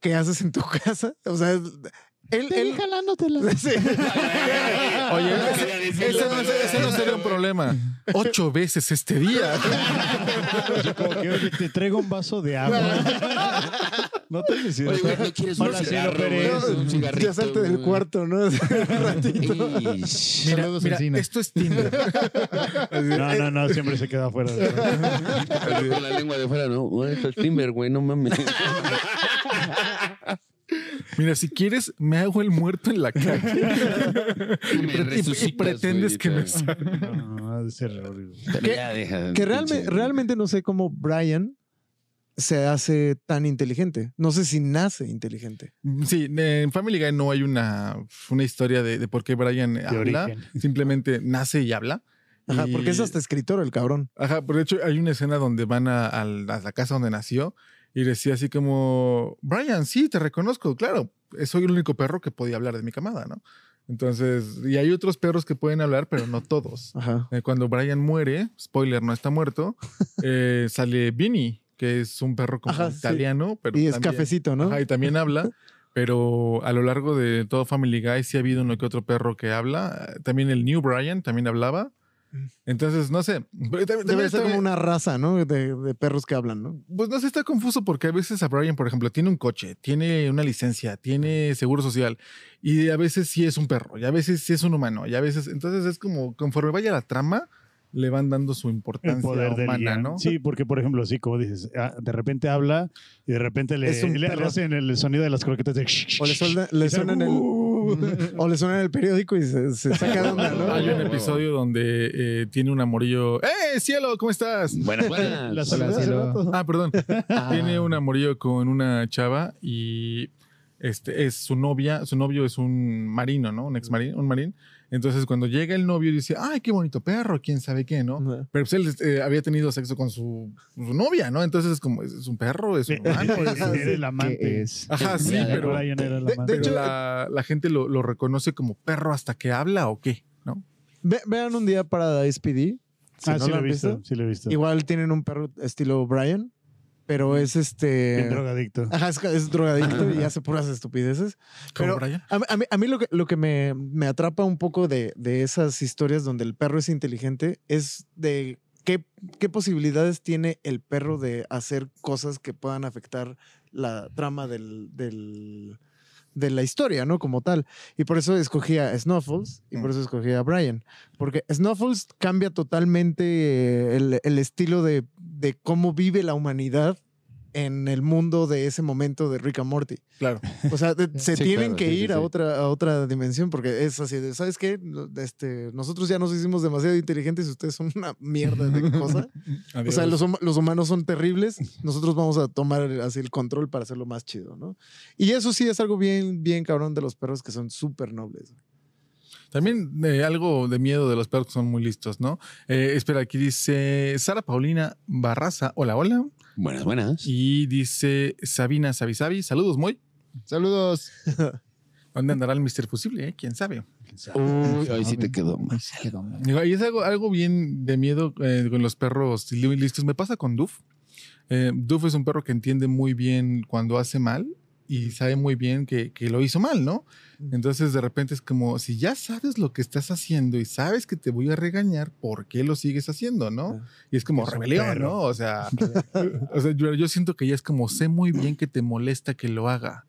Speaker 4: que haces en tu casa. O sea, él... él Sí.
Speaker 1: Oye, ese, ese no, es- ese no sería un problema. Ocho veces este día.
Speaker 2: Yo como que, oye, te traigo un vaso de agua. No te necesito.
Speaker 3: Oye, güey, no quieres un
Speaker 2: Ahora sí lo
Speaker 3: cigarro, güey?
Speaker 2: Pérez,
Speaker 3: Un cigarrito,
Speaker 4: ya salte del
Speaker 3: güey.
Speaker 4: cuarto, ¿no? Un ratito.
Speaker 3: Ish.
Speaker 1: Mira,
Speaker 5: Saludos,
Speaker 1: mira,
Speaker 5: Encina.
Speaker 1: esto es Tinder.
Speaker 2: No, no, no, siempre se queda afuera.
Speaker 3: Con la lengua de fuera, no. Güey, Esto es Timber, güey, no mames.
Speaker 1: Mira, si quieres, me hago el muerto en la calle
Speaker 3: Y me
Speaker 1: y- y,
Speaker 3: resucitas,
Speaker 1: pretendes
Speaker 3: güey,
Speaker 1: que
Speaker 3: te-
Speaker 1: me salga.
Speaker 2: No, ha de ser horrible.
Speaker 3: Pero ya deja,
Speaker 4: Que
Speaker 3: pinche-
Speaker 4: realmente, realmente no sé cómo Brian se hace tan inteligente. No sé si nace inteligente.
Speaker 1: Mm, Sí, en Family Guy no hay una, una historia de, de por qué Brian
Speaker 2: De
Speaker 1: habla.
Speaker 2: origen.
Speaker 1: Simplemente nace y habla.
Speaker 4: Ajá,
Speaker 1: Y-
Speaker 4: porque es hasta escritor el cabrón.
Speaker 1: Ajá, por de hecho hay una escena donde van a, al- a la casa donde nació y decía así como, Brian, sí, te reconozco, claro, soy el único perro que podía hablar de mi camada, ¿no? Entonces, y hay otros perros que pueden hablar, pero no todos.
Speaker 4: Ajá.
Speaker 1: Eh, Cuando Brian muere, spoiler, no está muerto, eh, sale Vinny, que es un perro como
Speaker 4: Ajá, sí.
Speaker 1: italiano, pero
Speaker 4: Y es
Speaker 1: también-
Speaker 4: cafecito, ¿no?
Speaker 1: Ajá, y también habla, pero a lo largo de todo Family Guy sí ha habido uno que otro perro que habla. También el New Brian también hablaba. Entonces, no sé. pero también- también
Speaker 4: Mm. Debe ser
Speaker 1: está-
Speaker 4: como una raza, ¿no? De, de perros que hablan, ¿no?
Speaker 1: Pues no sé, está confuso porque a veces a Brian, por ejemplo, tiene un coche, tiene una licencia, tiene seguro social y a veces sí es un perro, y a veces sí es un humano, y a veces. Entonces es como conforme vaya la trama, le van dando su
Speaker 2: El
Speaker 1: importancia
Speaker 2: poder del
Speaker 1: humana,
Speaker 2: guión.
Speaker 1: ¿no?
Speaker 2: Sí, porque por ejemplo, sí, como dices, ah, de repente habla y de repente le,
Speaker 4: Es un
Speaker 2: le- le
Speaker 4: perro.
Speaker 2: hacen el sonido de las croquetas de...
Speaker 4: O le, suelda- le
Speaker 2: Y "Uh". sale,
Speaker 4: suenan el, o le suenan el periódico y se, se saca de onda, ¿no?
Speaker 1: Hay un
Speaker 3: Huevo.
Speaker 1: episodio donde eh, tiene un amorillo. ¡Eh, cielo! ¿Cómo estás?
Speaker 3: Buenas, buenas.
Speaker 2: La
Speaker 5: Hola,
Speaker 2: saludas,
Speaker 5: cielo.
Speaker 2: ¿no?
Speaker 1: Ah, perdón.
Speaker 4: Ah.
Speaker 1: Tiene un amorío con una chava y este es su novia. Su novio es un marino, ¿no? Un ex marino, un marín. Entonces, cuando llega el novio, dice, ay, qué bonito perro, quién sabe qué, ¿no?
Speaker 4: Ajá.
Speaker 1: Pero pues, él este, había tenido sexo con su, su novia, ¿no? Entonces es como, es, es un perro, es un humano. es-
Speaker 2: Era el
Speaker 5: ¿Qué
Speaker 2: amante.
Speaker 5: es?
Speaker 1: Ajá, sí,
Speaker 3: Ya, ya,
Speaker 1: pero,
Speaker 2: Brian era el
Speaker 4: de-
Speaker 2: amante. Ah,
Speaker 1: pero
Speaker 4: hecho,
Speaker 1: la, la gente lo, lo reconoce como perro hasta que habla o qué, ¿no?
Speaker 4: Ve- vean un día para SPD. si
Speaker 2: ah,
Speaker 4: no
Speaker 2: sí lo he
Speaker 4: han
Speaker 2: visto,
Speaker 4: visto.
Speaker 2: sí lo he visto.
Speaker 4: Igual tienen un perro estilo Brian, pero es
Speaker 2: Bien
Speaker 4: este.
Speaker 2: drogadicto.
Speaker 4: Ajá, es, es drogadicto y hace puras estupideces.
Speaker 1: Como
Speaker 4: Pero-
Speaker 1: Brian.
Speaker 4: A, mí- a mí, a mí lo que, lo que me, me atrapa un poco de, de esas historias donde el perro es inteligente es de ¿qué, qué posibilidades tiene el perro de hacer cosas que puedan afectar la trama del, del- de la historia, ¿no? Como tal. Y por eso escogí a Snuffles y por eso escogí a Brian. Porque Snuffles cambia totalmente eh, el, el estilo de, de cómo vive la humanidad en el mundo de ese momento de Rick and Morty.
Speaker 1: Claro.
Speaker 4: O sea, de- se
Speaker 3: Sí,
Speaker 4: tienen
Speaker 3: claro,
Speaker 4: que
Speaker 3: sí, sí,
Speaker 4: ir a
Speaker 3: sí.
Speaker 4: otra a otra dimensión porque es así de, ¿sabes qué? No, Este, nosotros ya nos hicimos demasiado inteligentes y ustedes son una mierda de cosa. o sea, los, hum- los humanos son terribles, nosotros vamos a tomar el- así el control para hacerlo más chido, ¿no? Y eso sí es algo bien bien cabrón de los perros que son súper nobles.
Speaker 1: También eh, algo de miedo de los perros que son muy listos, ¿no? Eh, espera, aquí dice Sara Paulina Barraza. Hola, hola.
Speaker 3: Buenas, buenas.
Speaker 1: Y dice Sabina Sabisabi. Saludos, Moy.
Speaker 5: Saludos.
Speaker 1: ¿Dónde andará el Mr. Fusible? eh? ¿Quién sabe?
Speaker 3: Uy, ahí sí te quedó mal.
Speaker 1: Digo, y es algo, algo bien de miedo eh, con los perros li- listos. Me pasa con Duff. Eh, Duff es un perro que entiende muy bien cuando hace mal y sabe muy bien que, que lo hizo mal, ¿no? Entonces de repente es como, si ya sabes lo que estás haciendo y sabes que te voy a regañar, ¿por qué lo sigues haciendo, no? Y es como
Speaker 2: Es un
Speaker 1: rebelión,
Speaker 2: perro.
Speaker 1: ¿no? O sea, o sea, yo, yo siento que ya es como, sé muy bien que te molesta que lo haga.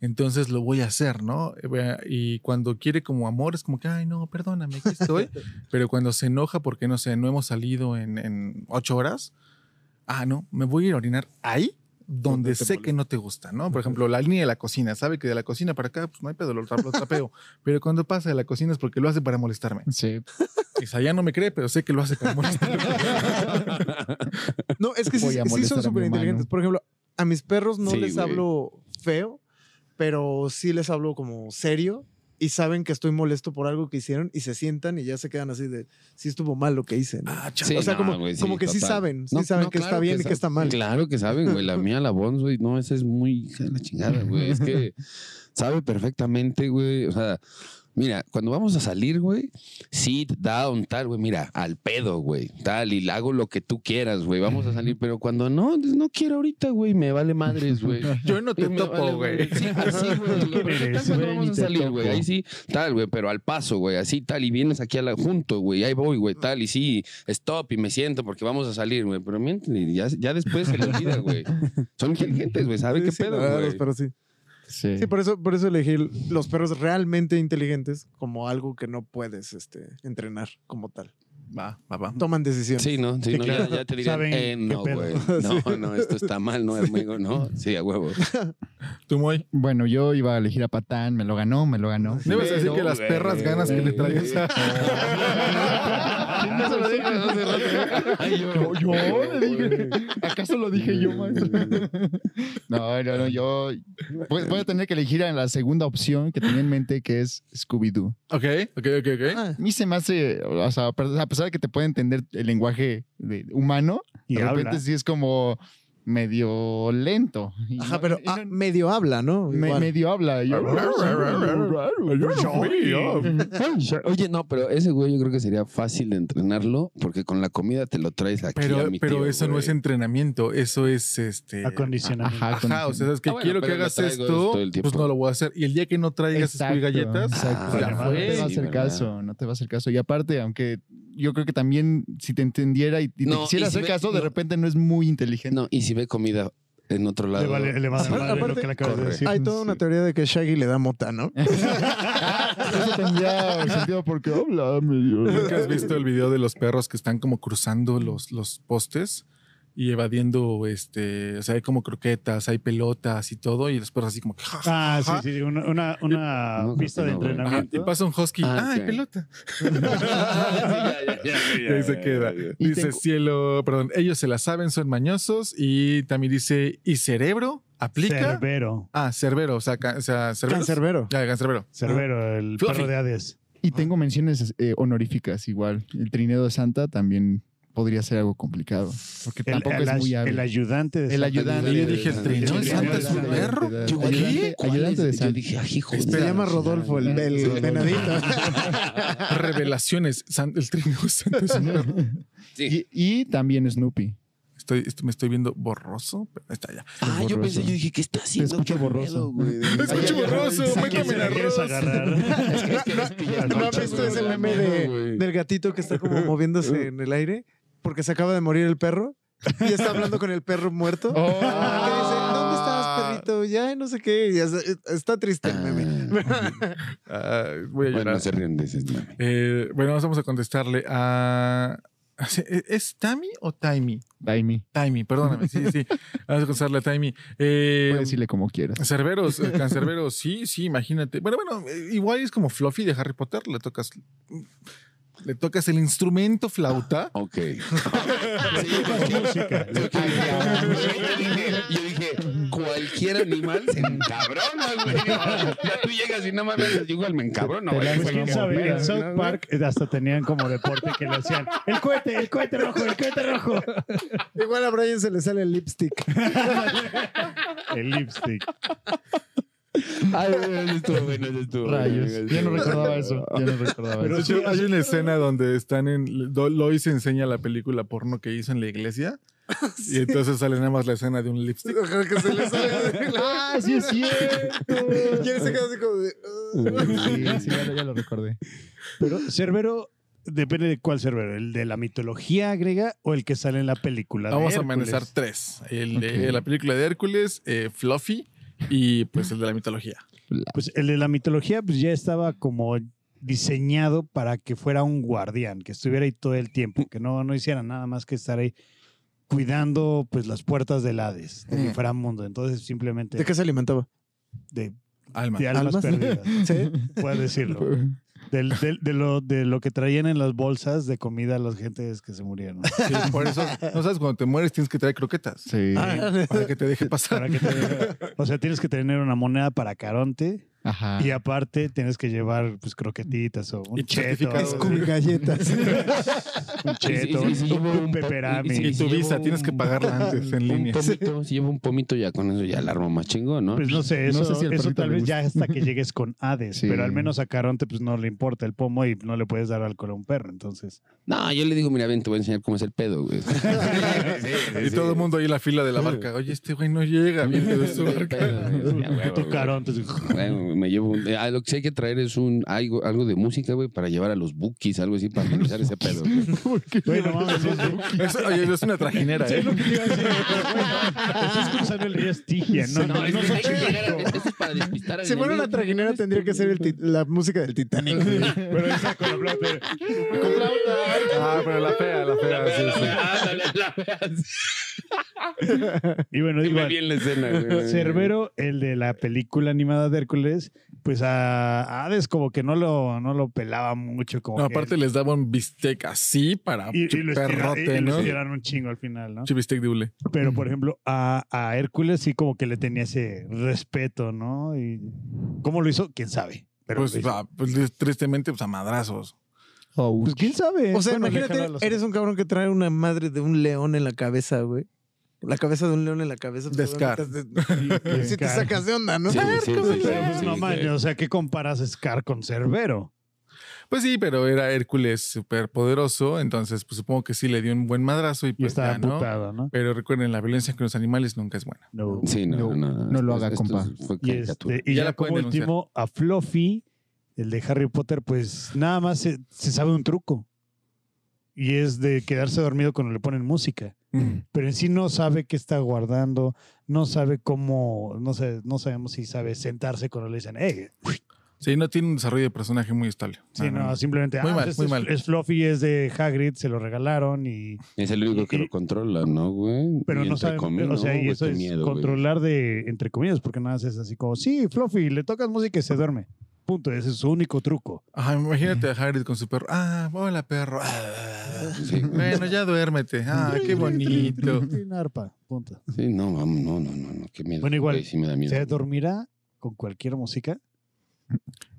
Speaker 1: Entonces lo voy a hacer, ¿no? Eh, Y cuando quiere como amor, es como que, ay, no, perdóname, aquí estoy. Pero cuando se enoja porque, no sé, no hemos salido en, en ocho horas, ah, no, me voy a ir a orinar ahí donde sé que no te gusta, ¿no? Por ejemplo, la línea de la cocina, sabe que de la cocina para acá, pues no hay pedo, lo, tra- lo trapeo. pero cuando pasa de la cocina es porque lo hace para molestarme.
Speaker 5: Sí.
Speaker 1: Quizá ya no me cree, pero sé que lo hace para molestarme.
Speaker 4: No, es que sí,
Speaker 5: Voy a
Speaker 4: sí
Speaker 5: molestar
Speaker 4: son
Speaker 5: a mi
Speaker 4: súper inteligentes.
Speaker 5: humano.
Speaker 4: Por ejemplo, a mis perros no
Speaker 3: Sí,
Speaker 4: les
Speaker 3: güey.
Speaker 4: hablo feo, pero sí les hablo como serio y saben que estoy molesto por algo que hicieron y se sientan y ya se quedan así de, sí estuvo mal lo que hice. ¿no?
Speaker 1: ah,
Speaker 3: Sí,
Speaker 1: chale.
Speaker 4: o sea,
Speaker 3: no,
Speaker 4: como,
Speaker 3: güey, sí,
Speaker 4: como que sí
Speaker 3: total.
Speaker 4: saben, sí
Speaker 3: No,
Speaker 4: saben
Speaker 3: no,
Speaker 4: que
Speaker 3: claro
Speaker 4: está bien y que
Speaker 3: saben.
Speaker 4: está mal.
Speaker 3: Claro que saben, güey. La mía, la Bonds, güey, no, esa es muy hija de la chingada, güey. Es que sabe perfectamente, güey. O sea, mira, cuando vamos a salir, güey, sit down, tal, güey, mira, al pedo, güey, tal, y le hago lo que tú quieras, güey. Vamos a salir, pero cuando no, no quiero ahorita, güey, me vale madres, güey.
Speaker 1: Yo no te
Speaker 3: Y me vale,
Speaker 1: topo, güey.
Speaker 3: Sí, así, güey. Lo-
Speaker 5: Eres,
Speaker 3: tal cuando
Speaker 5: güey,
Speaker 3: vamos
Speaker 5: ni
Speaker 3: a
Speaker 5: te
Speaker 3: salir,
Speaker 5: topo.
Speaker 3: güey. Ahí sí, tal, güey, pero al paso, güey. Así, tal, y vienes aquí a la, junto, güey. Ahí voy, güey, tal, y sí, stop, y me siento porque vamos a salir, güey. Pero mienten, ya, ya después se le olvida, güey. Son inteligentes, güey. ¿Sabe
Speaker 4: Sí,
Speaker 3: qué
Speaker 4: sí, la verdad,
Speaker 3: pedo,
Speaker 4: los
Speaker 3: güey?
Speaker 4: perros sí.
Speaker 5: Sí.
Speaker 4: Sí, por eso, por eso elegí los perros realmente inteligentes como algo que no puedes este, entrenar como tal.
Speaker 1: Va, va, va.
Speaker 4: Toman decisiones.
Speaker 3: Sí, no, sí,
Speaker 4: Sí,
Speaker 3: no,
Speaker 4: claro.
Speaker 3: ya, ya te dirían,
Speaker 2: Saben
Speaker 3: eh,
Speaker 2: qué
Speaker 3: no,
Speaker 2: pedo.
Speaker 3: güey, no, no, esto está mal, no, amigo, no, sí, a huevo.
Speaker 1: Tú, Moy.
Speaker 5: Bueno, yo iba a elegir a Patán, me lo ganó, me lo ganó.
Speaker 1: No ibas a decir
Speaker 3: Pero,
Speaker 1: que las
Speaker 3: güey,
Speaker 1: perras ganas que le traes.
Speaker 5: No se lo dije hace rato.
Speaker 3: Ay,
Speaker 5: Yo, yo le dije. ¿Acaso lo dije yo, maestro? No, no, no, yo. Pues voy a tener que elegir a la segunda opción que tenía en mente, que es Scooby-Doo.
Speaker 1: ok, ok, ok, ok.
Speaker 4: Ah,
Speaker 5: A mí se me hace. O sea, a pesar de que te puede entender el lenguaje de- humano,
Speaker 2: Y
Speaker 5: de repente
Speaker 2: habla.
Speaker 5: sí es como medio lento. Y
Speaker 4: Ajá,
Speaker 5: no-
Speaker 4: pero
Speaker 5: y
Speaker 4: ah,
Speaker 5: no-
Speaker 4: medio habla, ¿no?
Speaker 5: me-
Speaker 4: Igual.
Speaker 5: medio habla. y yo-
Speaker 3: Oye, no, pero ese güey yo creo que sería fácil de entrenarlo porque con la comida te lo traes aquí. a
Speaker 1: Pero,
Speaker 3: mi
Speaker 1: pero
Speaker 3: tío,
Speaker 1: eso no
Speaker 3: güey.
Speaker 1: es entrenamiento, eso es este.
Speaker 3: eh,
Speaker 2: Acondicionamiento.
Speaker 5: Ajá, Ah, con-
Speaker 1: Ajá, o sea, sabes que
Speaker 3: Ah, bueno,
Speaker 1: quiero que
Speaker 3: pero lo
Speaker 1: hagas
Speaker 3: traigo
Speaker 1: esto,
Speaker 3: todo el tiempo.
Speaker 1: pues no lo voy a hacer. Y el día que no traigas esas
Speaker 5: Exacto,
Speaker 1: galletas,
Speaker 5: exacto.
Speaker 1: pues ya
Speaker 5: no
Speaker 1: fue.
Speaker 5: te va a
Speaker 3: Sí,
Speaker 5: hacer
Speaker 3: ¿verdad?
Speaker 5: caso, no te va a hacer caso. Y aparte, aunque yo creo que también si te entendiera y, y te
Speaker 3: No,
Speaker 5: quisiera
Speaker 3: y si
Speaker 5: hacer
Speaker 3: ve-
Speaker 5: caso, de
Speaker 3: no.
Speaker 5: repente no es muy inteligente.
Speaker 3: No, y si ve comida en otro lado.
Speaker 2: Le vale, le va a dar
Speaker 4: Aparte-
Speaker 2: madre lo
Speaker 4: aparte-
Speaker 2: que le acabas de
Speaker 3: corre.
Speaker 2: decir.
Speaker 4: Hay toda una teoría de que Shaggy le da mota, ¿no?
Speaker 5: Eso tendría sentido porque habla medio.
Speaker 1: ¿Nunca has visto el video de los perros que están como cruzando los, los postes y evadiendo, este, o sea, hay como croquetas, hay pelotas y todo, y los perros así como que... ja, ja,
Speaker 2: Ah, sí,
Speaker 1: ja.
Speaker 2: sí, una, una, una
Speaker 3: Ah, No, creo
Speaker 2: pista
Speaker 3: que
Speaker 2: de
Speaker 3: no, güey.
Speaker 1: Ajá, y
Speaker 2: entrenamiento.
Speaker 1: pasa un husky,
Speaker 3: Ah,
Speaker 1: ah, hay
Speaker 3: ok.
Speaker 1: pelota.
Speaker 3: Ya, ya, ya, ya,
Speaker 1: Y
Speaker 3: ya,
Speaker 1: ahí se
Speaker 3: ya,
Speaker 1: queda.
Speaker 3: ya, ya.
Speaker 5: Y
Speaker 1: Dice
Speaker 5: tengo-
Speaker 1: cielo, perdón, ellos se la saben, son mañosos. Y también dice, ¿y cerebro? ¿Aplica?
Speaker 2: Cerbero.
Speaker 1: Ah, cerbero, o sea, ca- o sea cerberos.
Speaker 4: Cancerbero.
Speaker 1: Ya, cancerbero.
Speaker 2: Cerbero, el
Speaker 1: Fluffy.
Speaker 2: perro de Hades.
Speaker 5: Y tengo menciones eh, honoríficas igual. El trineo de Santa también podría ser algo complicado. Porque
Speaker 2: El,
Speaker 5: tampoco
Speaker 2: el
Speaker 5: es muy
Speaker 2: ay-
Speaker 5: hábil.
Speaker 2: el ayudante de
Speaker 5: El
Speaker 2: Santa.
Speaker 5: ayudante.
Speaker 1: Yo dije, ¿el trineo de Santa es un perro?
Speaker 3: Yo,
Speaker 5: Ayudante-
Speaker 3: ¿qué? ¿Cuál
Speaker 5: ayudante
Speaker 3: es? Yo
Speaker 5: de Santa.
Speaker 3: dije, "Ay, hijo,
Speaker 4: Se
Speaker 3: de la
Speaker 4: llama
Speaker 3: chingada".
Speaker 4: Rodolfo, el, el
Speaker 5: Sí.
Speaker 4: venadito.
Speaker 1: Revelaciones. San- el trino santo es un perro.
Speaker 3: Sí.
Speaker 5: Y, y también Snoopy.
Speaker 1: Estoy, esto- me estoy viendo borroso. pero está ya.
Speaker 3: Ah, yo
Speaker 5: borroso.
Speaker 3: pensé, yo dije, ¿qué está haciendo?
Speaker 5: escucho
Speaker 3: ¿Qué
Speaker 5: borroso.
Speaker 3: pedo, güey?
Speaker 1: escucho
Speaker 3: Ay, ay, ay,
Speaker 1: borroso,
Speaker 3: ay,
Speaker 2: ¿A
Speaker 1: métame
Speaker 2: quién se
Speaker 1: la
Speaker 2: la quieres
Speaker 1: rosa.
Speaker 2: agarrar?
Speaker 3: Es que- es que- es que-
Speaker 4: ¿No has visto ese meme de- del gatito que está como moviéndose en el aire? porque se acaba de morir el perro y está hablando con el perro muerto.
Speaker 5: Oh.
Speaker 4: Ah, que dice, ¿dónde estabas, perrito? Ya, no sé qué. Y es- está triste el meme.
Speaker 1: Ah, voy a
Speaker 3: Bueno,
Speaker 1: llorar.
Speaker 3: no se ríen de ese mame.
Speaker 1: Eh, bueno, vamos a contestarle a. ¿e, ¿Es Tami o Taimi?
Speaker 5: Daimi.
Speaker 1: Taimi, perdóname. Sí, sí. Vamos a contestarle a Taimi. Eh,
Speaker 5: Puedes decirle como quieras.
Speaker 1: Cerberos, eh, cancerberos, sí, sí, imagínate. Bueno, bueno, eh, igual es como Fluffy de Harry Potter, le tocas, le tocas el instrumento flauta.
Speaker 3: Ok.
Speaker 2: música.
Speaker 3: Yo dije, yo dije, cualquier animal se encabrona, güey. Ya tú llegas y no mames, yo igual me encabrono, güey.
Speaker 5: Pues,
Speaker 2: ¿Quién
Speaker 5: Como
Speaker 2: sabe?
Speaker 5: vida,
Speaker 2: En South
Speaker 5: ¿no?
Speaker 2: Park eh, hasta tenían como deporte que le hacían. El cohete, el cohete rojo, el cohete rojo.
Speaker 4: Igual a Brian se le sale el lipstick.
Speaker 2: El lipstick.
Speaker 3: Ay, güey, eso estuvo bueno, eso estuvo bueno.
Speaker 5: Rayos. Ya no recordaba eso. Ya no recordaba
Speaker 1: De
Speaker 5: eso.
Speaker 1: hecho, hay una escena donde están en. Do- Lois enseña la película porno que hizo en la iglesia. Y entonces sale nada más la escena de un lipstick.
Speaker 4: Ojalá que se le salga.
Speaker 5: ¡Ah, sí es cierto!
Speaker 4: Y él se queda así como de, "Ah".
Speaker 5: Sí, sí, ya, lo- ya lo recordé.
Speaker 2: Pero Cerbero, depende de cuál Cerbero, el de la mitología griega o el que sale en la película. de
Speaker 1: Vamos a
Speaker 2: Hércules?
Speaker 1: amanecer tres: el de
Speaker 5: Ok.
Speaker 1: la película de Hércules, eh, Fluffy y pues el de la mitología.
Speaker 2: Pues el de la mitología pues ya estaba como diseñado para que fuera un guardián, que estuviera ahí todo el tiempo, que no, no hiciera nada más que estar ahí cuidando pues las puertas del Hades, del
Speaker 4: Mm.
Speaker 2: inframundo. Entonces simplemente
Speaker 4: ¿De qué se alimentaba?
Speaker 2: de,
Speaker 1: Alma.
Speaker 2: de almas,
Speaker 4: ¿Almas?
Speaker 2: perdidas,
Speaker 4: Sí.
Speaker 2: puedes decirlo. Del- del- de, lo, de lo que traían en las bolsas de comida a las gentes que se murieron.
Speaker 1: Sí, por eso, no sabes, cuando te mueres tienes que traer croquetas
Speaker 5: Sí.
Speaker 2: Ah,
Speaker 1: para que te deje pasar.
Speaker 2: Para que te- o sea, tienes que tener una moneda para Caronte
Speaker 5: Ajá.
Speaker 3: Ah.
Speaker 2: y aparte tienes que llevar pues croquetitas o un
Speaker 1: Y
Speaker 2: cheto.
Speaker 1: certificado de-
Speaker 4: Con galletas.
Speaker 2: Un cheto,
Speaker 3: Y si- y si
Speaker 2: un,
Speaker 3: llevo
Speaker 2: un
Speaker 3: un po-
Speaker 2: peperami.
Speaker 3: y si-
Speaker 1: Y tu
Speaker 3: llevo
Speaker 1: visa
Speaker 3: un-
Speaker 1: tienes que pagarla antes en
Speaker 3: Un
Speaker 1: línea.
Speaker 3: pomito, si llevo un pomito ya con eso ya la armo más chingón, ¿no?
Speaker 2: Pues no sé, eso,
Speaker 5: No sé si al
Speaker 2: eso
Speaker 5: perrito
Speaker 2: tal
Speaker 5: le
Speaker 2: vez
Speaker 5: gusta.
Speaker 2: ya hasta que llegues con Hades,
Speaker 5: Sí.
Speaker 2: pero al menos a Caronte pues no le importa el pomo y no le puedes dar alcohol a un perro, entonces.
Speaker 3: No, yo le digo, mira, ven, te voy a enseñar cómo es el pedo, güey.
Speaker 1: Y todo el mundo ahí en la fila de la barca. Oye, este güey no llega. viene de su barca.
Speaker 2: tu Caronte. sí.
Speaker 3: Bueno, me llevo un- eh, ah, lo que sí hay que traer es un algo, algo de música, güey, para llevar a los bookies, algo así, para amenizar ese pedo. güey.
Speaker 2: Bueno, vamos, sí, sí.
Speaker 1: Eso- oye, eso es una trajinera,
Speaker 2: Sí,
Speaker 1: ¿eh?
Speaker 2: es lo que te iba a decir. Estás cruzando el río Estigia, ¿no? No, no,
Speaker 3: es-
Speaker 2: son
Speaker 3: hay que llegar a-
Speaker 2: Xochimilco.
Speaker 3: esto es para despistar al
Speaker 4: Si fuera una
Speaker 3: enemigo.
Speaker 4: traguinera tendría que ser el tit- la música del Titanic.
Speaker 2: Pero esa con la plata.
Speaker 1: Ah, pero la fea, la fea. sí, sí.
Speaker 3: Ándale, la veas.
Speaker 2: Y bueno, digo,
Speaker 3: Dime bien la escena,
Speaker 4: Eh,
Speaker 3: güey.
Speaker 2: Eh, Cerbero, el de la película animada de Hércules, pues a a Hades como que no lo, no lo pelaba mucho. Como
Speaker 1: No,
Speaker 2: que-
Speaker 1: aparte les daba un bistec así para
Speaker 2: y, y lo estira- y-
Speaker 1: perrote,
Speaker 2: y lo
Speaker 1: ¿no?
Speaker 2: estiraron un chingo al final, ¿no?
Speaker 1: Pinche bistec de hule.
Speaker 2: Pero, por ejemplo, a, a Hércules sí como que le tenía ese respeto, ¿no? Y cómo lo hizo, quién sabe. Pero
Speaker 1: Pues,
Speaker 2: lo hizo.
Speaker 1: ah, pues, tristemente, pues a madrazos.
Speaker 5: Oh,
Speaker 2: Pues, quién sabe.
Speaker 4: O sea,
Speaker 2: Bueno, déjalo a
Speaker 4: imagínate,
Speaker 2: los-
Speaker 4: eres un cabrón que trae una madre de un león en la cabeza, güey. La cabeza de un león en la cabeza.
Speaker 1: De
Speaker 4: pues,
Speaker 1: Scar.
Speaker 4: obviamente,
Speaker 2: Sí,
Speaker 4: Si te
Speaker 2: claro.
Speaker 4: sacas de onda, ¿no?
Speaker 3: Sí, sí, sí, sí,
Speaker 2: Pero, pues,
Speaker 3: sí,
Speaker 2: no
Speaker 3: sí.
Speaker 2: manches, o sea, ¿qué comparas Scar con Cerbero?
Speaker 1: Pues sí, pero era Hércules súper poderoso, entonces pues supongo que sí le dio un buen madrazo y
Speaker 2: Y
Speaker 1: pues
Speaker 2: estaba
Speaker 1: ya, ¿no?
Speaker 2: amputado, ¿no?
Speaker 1: Pero recuerden, la violencia con los animales nunca es buena.
Speaker 2: No.
Speaker 3: Sí, no,
Speaker 5: No,
Speaker 3: no, no.
Speaker 5: no lo haga, compa.
Speaker 3: Fue
Speaker 2: Y,
Speaker 3: caricatura.
Speaker 2: este, y
Speaker 1: Ya
Speaker 2: ya,
Speaker 1: la pueden
Speaker 2: como
Speaker 1: denunciar.
Speaker 2: último, a Fluffy, el de Harry Potter, pues nada más se, se sabe un truco. Y es de quedarse dormido cuando le ponen música. Pero en sí no sabe qué está guardando, no sabe cómo, no sé, no sabemos si sabe sentarse cuando le dicen, eh,
Speaker 1: Sí, no tiene un desarrollo de personaje muy estable.
Speaker 2: sí, no, simplemente,
Speaker 1: Muy
Speaker 2: ah,
Speaker 1: mal,
Speaker 2: pues
Speaker 1: muy
Speaker 2: es,
Speaker 1: mal.
Speaker 2: es Fluffy, es de Hagrid, se lo regalaron y...
Speaker 3: Es el único que
Speaker 2: y-
Speaker 3: lo controla, ¿no, güey?
Speaker 2: Pero
Speaker 3: Y
Speaker 2: no
Speaker 3: entre
Speaker 2: saben,
Speaker 3: comillas,
Speaker 2: o sea,
Speaker 3: ¿no,
Speaker 2: y
Speaker 3: güey?
Speaker 2: eso
Speaker 3: Qué
Speaker 2: es
Speaker 3: miedo, güey.
Speaker 2: controlar de, entre comillas, porque nada más es así como, sí, Fluffy, le tocas música y se duerme. Punto, ese es su único truco.
Speaker 1: Ajá, imagínate a Hagrid con su perro. Ah, hola perro. Ah.
Speaker 3: Sí, güey.
Speaker 1: Bueno, ya duérmete. Ah, qué bonito.
Speaker 2: Sin arpa, punto.
Speaker 3: Sí, no, vamos, no, no, no, no, qué miedo.
Speaker 2: Bueno, igual,
Speaker 3: güey, sí me da miedo.
Speaker 2: ¿Se dormirá con cualquier música?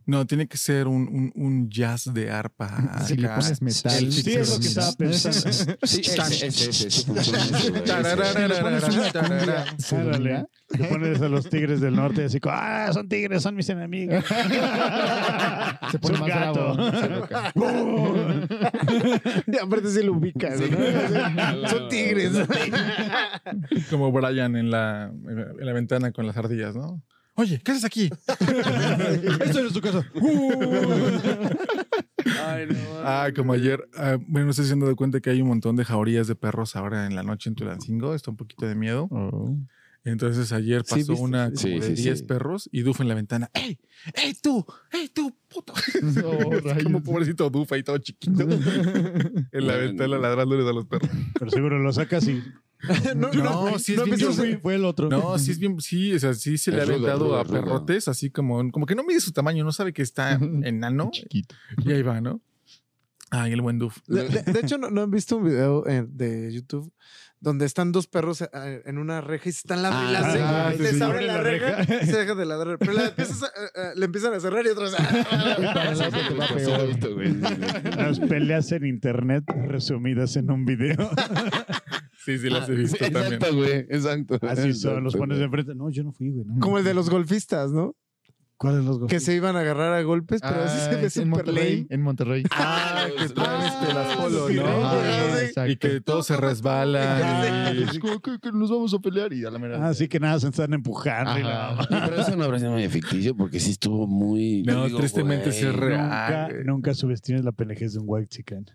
Speaker 1: No, tiene que ser un, un, un jazz de arpa.
Speaker 5: si le
Speaker 1: acá.
Speaker 5: pones metal.
Speaker 2: Sí, es lo que estaba pensando.
Speaker 3: Sí, ese, ese, ese, ese funciona ese, güey, ese.
Speaker 1: Tarararararara.
Speaker 2: Ándale. Le pones a los tigres del norte y así como, ah, son tigres, son mis enemigos.
Speaker 5: Se pone
Speaker 2: Son
Speaker 5: más
Speaker 2: gato.
Speaker 5: bravo.
Speaker 4: Y aparte sí lo ubicas, ¿no? Son tigres.
Speaker 1: Como Brian en la, en la- en la ventana con las ardillas, ¿no? Oye, ¿qué haces aquí?
Speaker 2: Esto es tu casa.
Speaker 3: Ay, no
Speaker 1: Ah, como ayer. ah, bueno, no sé si han dado cuenta que hay un montón de jaurías de perros ahora en la noche en Tulancingo. Está un poquito de miedo.
Speaker 5: Oh.
Speaker 1: Entonces ayer
Speaker 4: Sí,
Speaker 1: pasó
Speaker 4: viste,
Speaker 1: una
Speaker 4: sí,
Speaker 1: como
Speaker 3: sí,
Speaker 1: de
Speaker 3: sí,
Speaker 1: 10
Speaker 3: sí.
Speaker 1: perros y Duf en la ventana. ¡Ey! ¡Ey tú! ¡Ey tú, puto!
Speaker 5: Oh, rayos.
Speaker 1: como pobrecito Duf ahí todo chiquito. en la
Speaker 3: Bueno.
Speaker 1: ventana ladrándoles a los perros.
Speaker 2: Pero seguro lo sacas y.
Speaker 4: No,
Speaker 1: no, sí es bien
Speaker 4: empiezas-
Speaker 2: Yo fui, fue el otro.
Speaker 1: No, sí es bien, sí, o sea, sí se le
Speaker 3: Es
Speaker 1: ha
Speaker 3: rudo,
Speaker 1: aventado
Speaker 3: rudo,
Speaker 1: a
Speaker 3: rudo.
Speaker 1: perrotes, así como, como que no mide su tamaño, no sabe que está enano.
Speaker 5: Chiquito.
Speaker 1: y ahí va, ¿no? Ay, el buen Duf.
Speaker 4: De, de- de hecho, ¿no, no han visto un video eh, de YouTube donde están dos perros eh, en una reja y se están
Speaker 3: Ah,
Speaker 4: ladrando? y la hacen,
Speaker 5: ah, sí,
Speaker 4: les
Speaker 5: sí.
Speaker 4: abren la
Speaker 2: La
Speaker 4: reja,
Speaker 2: reja.
Speaker 4: y se dejan de ladrar. Pero la empiezas a- eh, eh, le empiezan a cerrar y ah, otros...
Speaker 5: Para el otro te va peor.
Speaker 2: Las peleas en internet resumidas en un video.
Speaker 1: Sí, sí, las he visto también.
Speaker 3: Exacto, güey. Exacto.
Speaker 2: Así son, los
Speaker 3: Exacto,
Speaker 2: pones
Speaker 3: güey.
Speaker 2: enfrente. No, yo no fui, güey.
Speaker 4: Como el de los golfistas, ¿no?
Speaker 2: ¿Cuáles los
Speaker 4: Que se iban a agarrar a golpes, pero así se
Speaker 5: Ah,
Speaker 4: ve
Speaker 5: es en
Speaker 4: súper
Speaker 5: Monterrey.
Speaker 4: lame.
Speaker 5: En Monterrey.
Speaker 1: Ah, que traes
Speaker 4: ah,
Speaker 1: las polo,
Speaker 4: sí,
Speaker 1: ¿no?
Speaker 4: ah, sí.
Speaker 5: exacto.
Speaker 1: y que todos se resbalan. y-
Speaker 5: Ah, es como que- que nos vamos a pelear y a la mera.
Speaker 2: Así Ah, que nada, se están empujando. y la-
Speaker 5: Ajá.
Speaker 3: No, Pero eso no habrá sido medio ficticio porque sí estuvo muy.
Speaker 1: No,
Speaker 3: yo digo,
Speaker 1: tristemente sí es
Speaker 3: güey.
Speaker 1: real.
Speaker 2: Nunca,
Speaker 1: güey.
Speaker 2: nunca subestimes la penejez de un white chicken.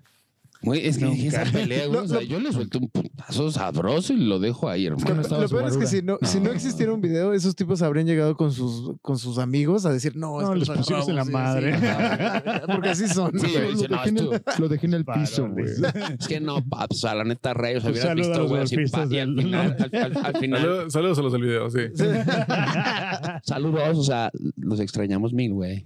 Speaker 3: Güey, es que
Speaker 2: Nunca.
Speaker 3: esa pelea, güey. o sea, yo le suelto un putazo sabroso y lo dejo ahí, hermano.
Speaker 5: estaba
Speaker 4: Lo
Speaker 5: su
Speaker 4: peor es que
Speaker 5: guarura.
Speaker 4: si no, si no
Speaker 3: No.
Speaker 4: existiera un video, esos tipos habrían llegado con sus, con sus amigos a decir, no, es
Speaker 2: No,
Speaker 4: que
Speaker 2: les
Speaker 4: los
Speaker 2: pusimos en la
Speaker 4: agarramos", y así, ajá, porque así son.
Speaker 3: Sí, güey, dice,
Speaker 5: lo,
Speaker 3: no,
Speaker 5: dejé en el, lo dejé en el piso, güey.
Speaker 2: Varones.
Speaker 3: Es que no, paps, o sea, la neta, rey, o sea,
Speaker 2: Un
Speaker 3: hubieras
Speaker 2: saludo a
Speaker 3: visto,
Speaker 2: los
Speaker 3: güey, así,
Speaker 2: golfistas
Speaker 3: pa, y al
Speaker 2: del-
Speaker 3: final, al, al- al final,
Speaker 1: Saludos, saludos a los del video, sí.
Speaker 4: Sí.
Speaker 3: saludos, o sea, los extrañamos mil, güey.